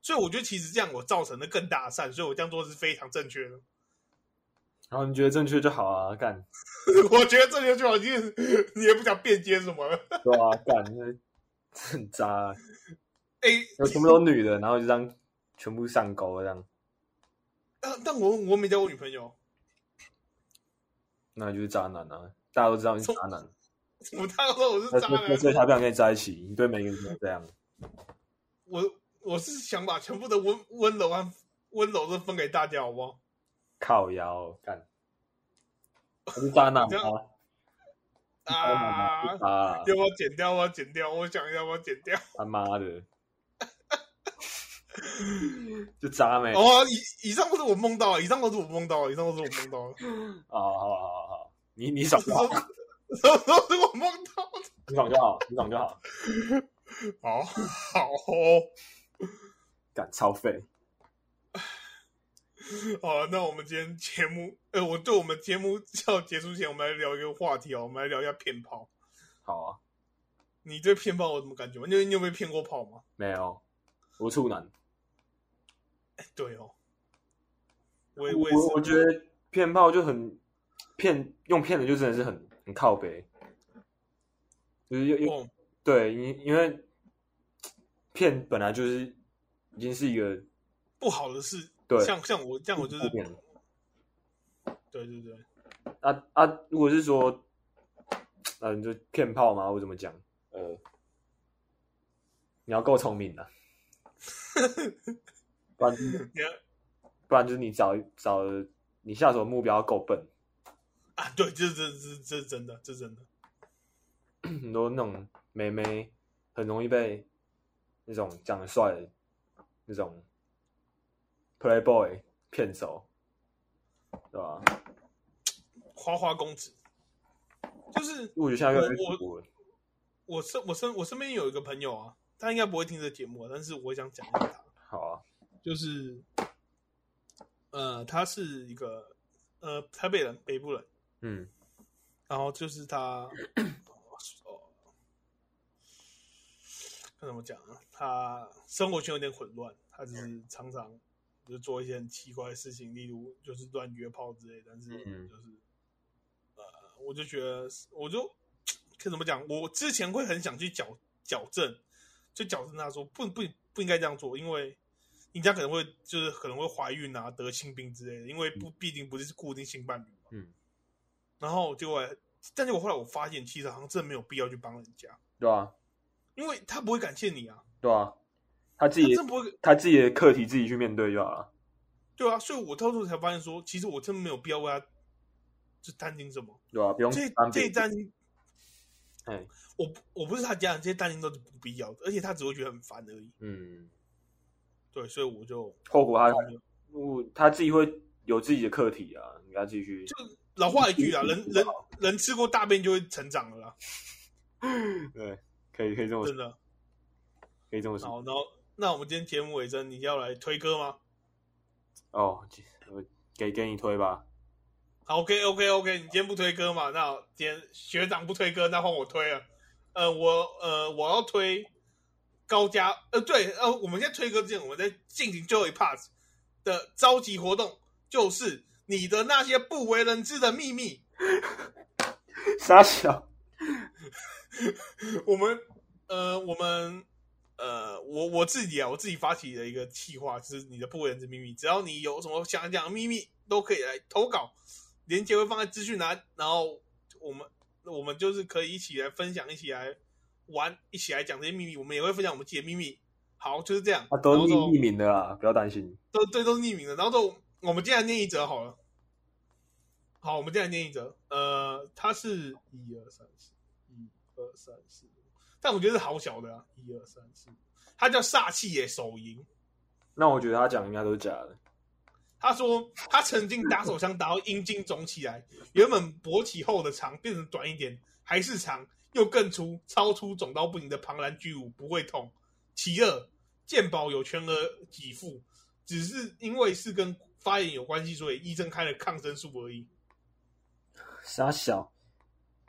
Speaker 4: 所以我觉得其实这样我造成了更大的善，所以我这样做是非常正确的。
Speaker 5: 然后你觉得正确就好啊，干，
Speaker 4: 我觉得这些就好，你也你也不想辩解什么了，
Speaker 5: 对啊，干，那很渣啊。
Speaker 4: 哎、
Speaker 5: 然后全部都女的，然后就这样全部上钩这样，
Speaker 4: 呃但但我我没交过女朋友，
Speaker 5: 那就是渣男啊！大家都知道你是渣男，
Speaker 4: 我当然说我是
Speaker 5: 那
Speaker 4: 渣
Speaker 5: 那
Speaker 4: 男，
Speaker 5: 所以才不想跟你在一起。你对每个人都这样，
Speaker 4: 我我是想把全部的温温柔和温柔都分给大家，好不好？
Speaker 5: 靠腰干，他是渣男
Speaker 4: 这样
Speaker 5: 吗？渣男啊
Speaker 4: 啊
Speaker 5: 是！渣啊，
Speaker 4: 要不要剪掉？我要剪掉！我想一下，我要剪掉。
Speaker 5: 他妈 的，就渣没？哦，
Speaker 4: 哦，以以上都是我梦到的，以上都是我梦到的，以上都是我梦到的，
Speaker 5: 哦好好好好，你你爽就
Speaker 4: 哦
Speaker 5: 好，
Speaker 4: 都都是我梦到的。
Speaker 5: 你爽就好，你爽就好，
Speaker 4: 好好哦，
Speaker 5: 干超废，
Speaker 4: 好了，那我们今天节目，呃，我对我们节目要结束前，我们来聊一个话题哦，我们来聊一下骗炮。
Speaker 5: 好啊，
Speaker 4: 你对骗炮有什么感觉吗？你有你有被骗过炮吗？
Speaker 5: 没有，我处男，
Speaker 4: 对哦，我也我也
Speaker 5: 我我
Speaker 4: 是，
Speaker 5: 觉得骗炮就很骗，用骗的就真的是很很靠北，就是用用
Speaker 4: 哦，
Speaker 5: 对，因因为骗本来就是已经是一个
Speaker 4: 不好的是，
Speaker 5: 对
Speaker 4: 像像我这样，我就是
Speaker 5: 骗了
Speaker 4: 对对对，
Speaker 5: 啊啊！如果是说，啊，你就骗炮吗？我怎么讲？呃，你要够聪明的、不然就是
Speaker 4: 你看
Speaker 5: 不然就是你找找你下手的目标要够笨，
Speaker 4: 啊，对，这这这这是真的，这是真的，
Speaker 5: 很多那种妹妹很容易被那种长得帅的那种 playboy 骗走，对吧？
Speaker 4: 花花公子，就是
Speaker 5: 我觉得现在越来越
Speaker 4: 我我
Speaker 5: 多了。
Speaker 4: 我身我身我身边有一个朋友啊，他应该不会听这节目啊，但是我想讲一下他，
Speaker 5: 好啊，
Speaker 4: 就是，呃，他是一个呃台北人，北部人，
Speaker 5: 嗯
Speaker 4: 然后就是他，哦，该怎么讲啊？他生活圈有点混乱，他只是常常就做一些很奇怪的事情，例如就是乱约炮之类。但是就是、
Speaker 5: 嗯
Speaker 4: 呃，我就觉得，我就可以怎么讲？我之前会很想去矫矫正，就矫正他说不不不应该这样做，因为你这样可能会就是可能会怀孕啊、得性病之类的，因为不毕竟不是固定性伴侣嘛。
Speaker 5: 嗯，
Speaker 4: 然后结果，但是我后来我发现，其实好像真的没有必要去帮人家，
Speaker 5: 对啊，
Speaker 4: 因为他不会感谢你啊，
Speaker 5: 对啊，他自
Speaker 4: 他
Speaker 5: 己
Speaker 4: 真不会，
Speaker 5: 他自己的课题自己去面对就好了。
Speaker 4: 对啊。所以我到时候才发现说，其实我真的没有必要为他就担心什么，
Speaker 5: 对啊，不用
Speaker 4: 这
Speaker 5: 担
Speaker 4: 这
Speaker 5: 心
Speaker 4: 一担心
Speaker 5: 哎，
Speaker 4: 我不我不是他家人，这些担心都是不必要的，而且他只会觉得很烦而已。
Speaker 5: 嗯，
Speaker 4: 对，所以我就
Speaker 5: 后果他我他自己会有自己的课题啊，你给他自己去。
Speaker 4: 老话一句啊， 人人人吃过大便就会成长了啦，
Speaker 5: 对，可以可以这么
Speaker 4: 真的。
Speaker 5: 可以这么说
Speaker 4: 好，然后那我们今天节目尾声，你要来推歌吗？
Speaker 5: 哦，我给给你推吧。
Speaker 4: 好，OK OK OK，你今天不推歌嘛？那今天学长不推歌，那换我推了。呃，我呃我要推高家，呃对，呃我们现在推歌之前，我们在进行最后一 part 的召集活动，就是你的那些不为人知的秘密。
Speaker 5: 傻小，
Speaker 4: 我们呃我们呃我我自己啊，我自己发起的一个计划，就是你的不为人知秘密，只要你有什么想讲的秘密，都可以来投稿，链接会放在资讯栏，然后我们我们就是可以一起来分享，一起来玩，一起来讲这些秘密，我们也会分享我们自己的秘密。好，就是这样。
Speaker 5: 他啊都
Speaker 4: 然
Speaker 5: 是
Speaker 4: 后就
Speaker 5: 匿名的啦，不要担心。
Speaker 4: 都对，都是匿名的。然后都我们进来念一则好了。好，我们进来念一则。呃，它是一二三四，一二三四，但我觉得是好小的啊，一二三四，它叫煞气耶手淫。
Speaker 5: 那我觉得他讲应该都是假的。
Speaker 4: 他说他曾经打手枪打到阴茎肿起来，原本勃起后的长变成短一点，还是长，又更粗，超出肿到不行的庞然巨物，不会痛。其二，健保有全额给付，只是因为是跟发炎有关系，所以医生开了抗生素而已。
Speaker 5: 傻小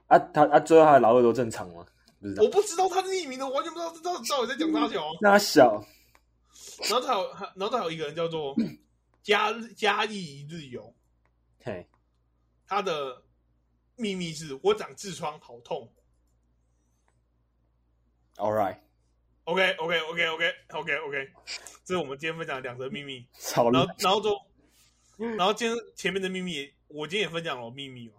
Speaker 5: 啊，他啊，最后他的老二都正常吗？不知道
Speaker 4: 我。不知道他是匿名的，我完全不知道这到到底在讲啥小。
Speaker 5: 傻小，
Speaker 4: 然后他有，然后他有一个人叫做嘉嘉义一日游，
Speaker 5: 嘿，
Speaker 4: 他的秘密是我长痔疮好痛。
Speaker 5: All right，
Speaker 4: OK OK OK OK OK OK，这是我们今天分享的两则秘密。
Speaker 5: 超
Speaker 4: 然后然后就，然后今天前面的秘密，我今天也分享了我秘密嘛，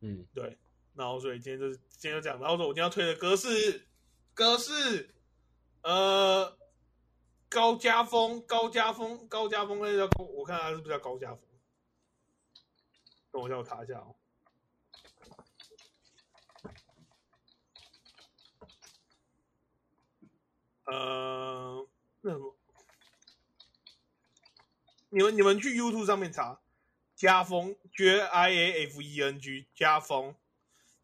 Speaker 5: 嗯，
Speaker 4: 对。然后所以今天就是今天就讲，然后说我今天要推的歌是歌是呃高家峰高家峰高家峰那叫高我看他是不是叫高家峰？等我一下，我查一下哦。呃，那什么，你们你们去 YouTube 上面查家风 J I A F E N G 家风，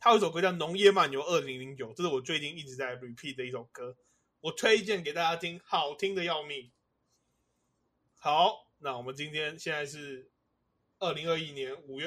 Speaker 4: 他有一首歌叫《农业漫游二零零九》，这是我最近一直在 repeat 的一首歌，我推荐给大家听，好听的要命。好，那我们今天现在是二零二一年五月。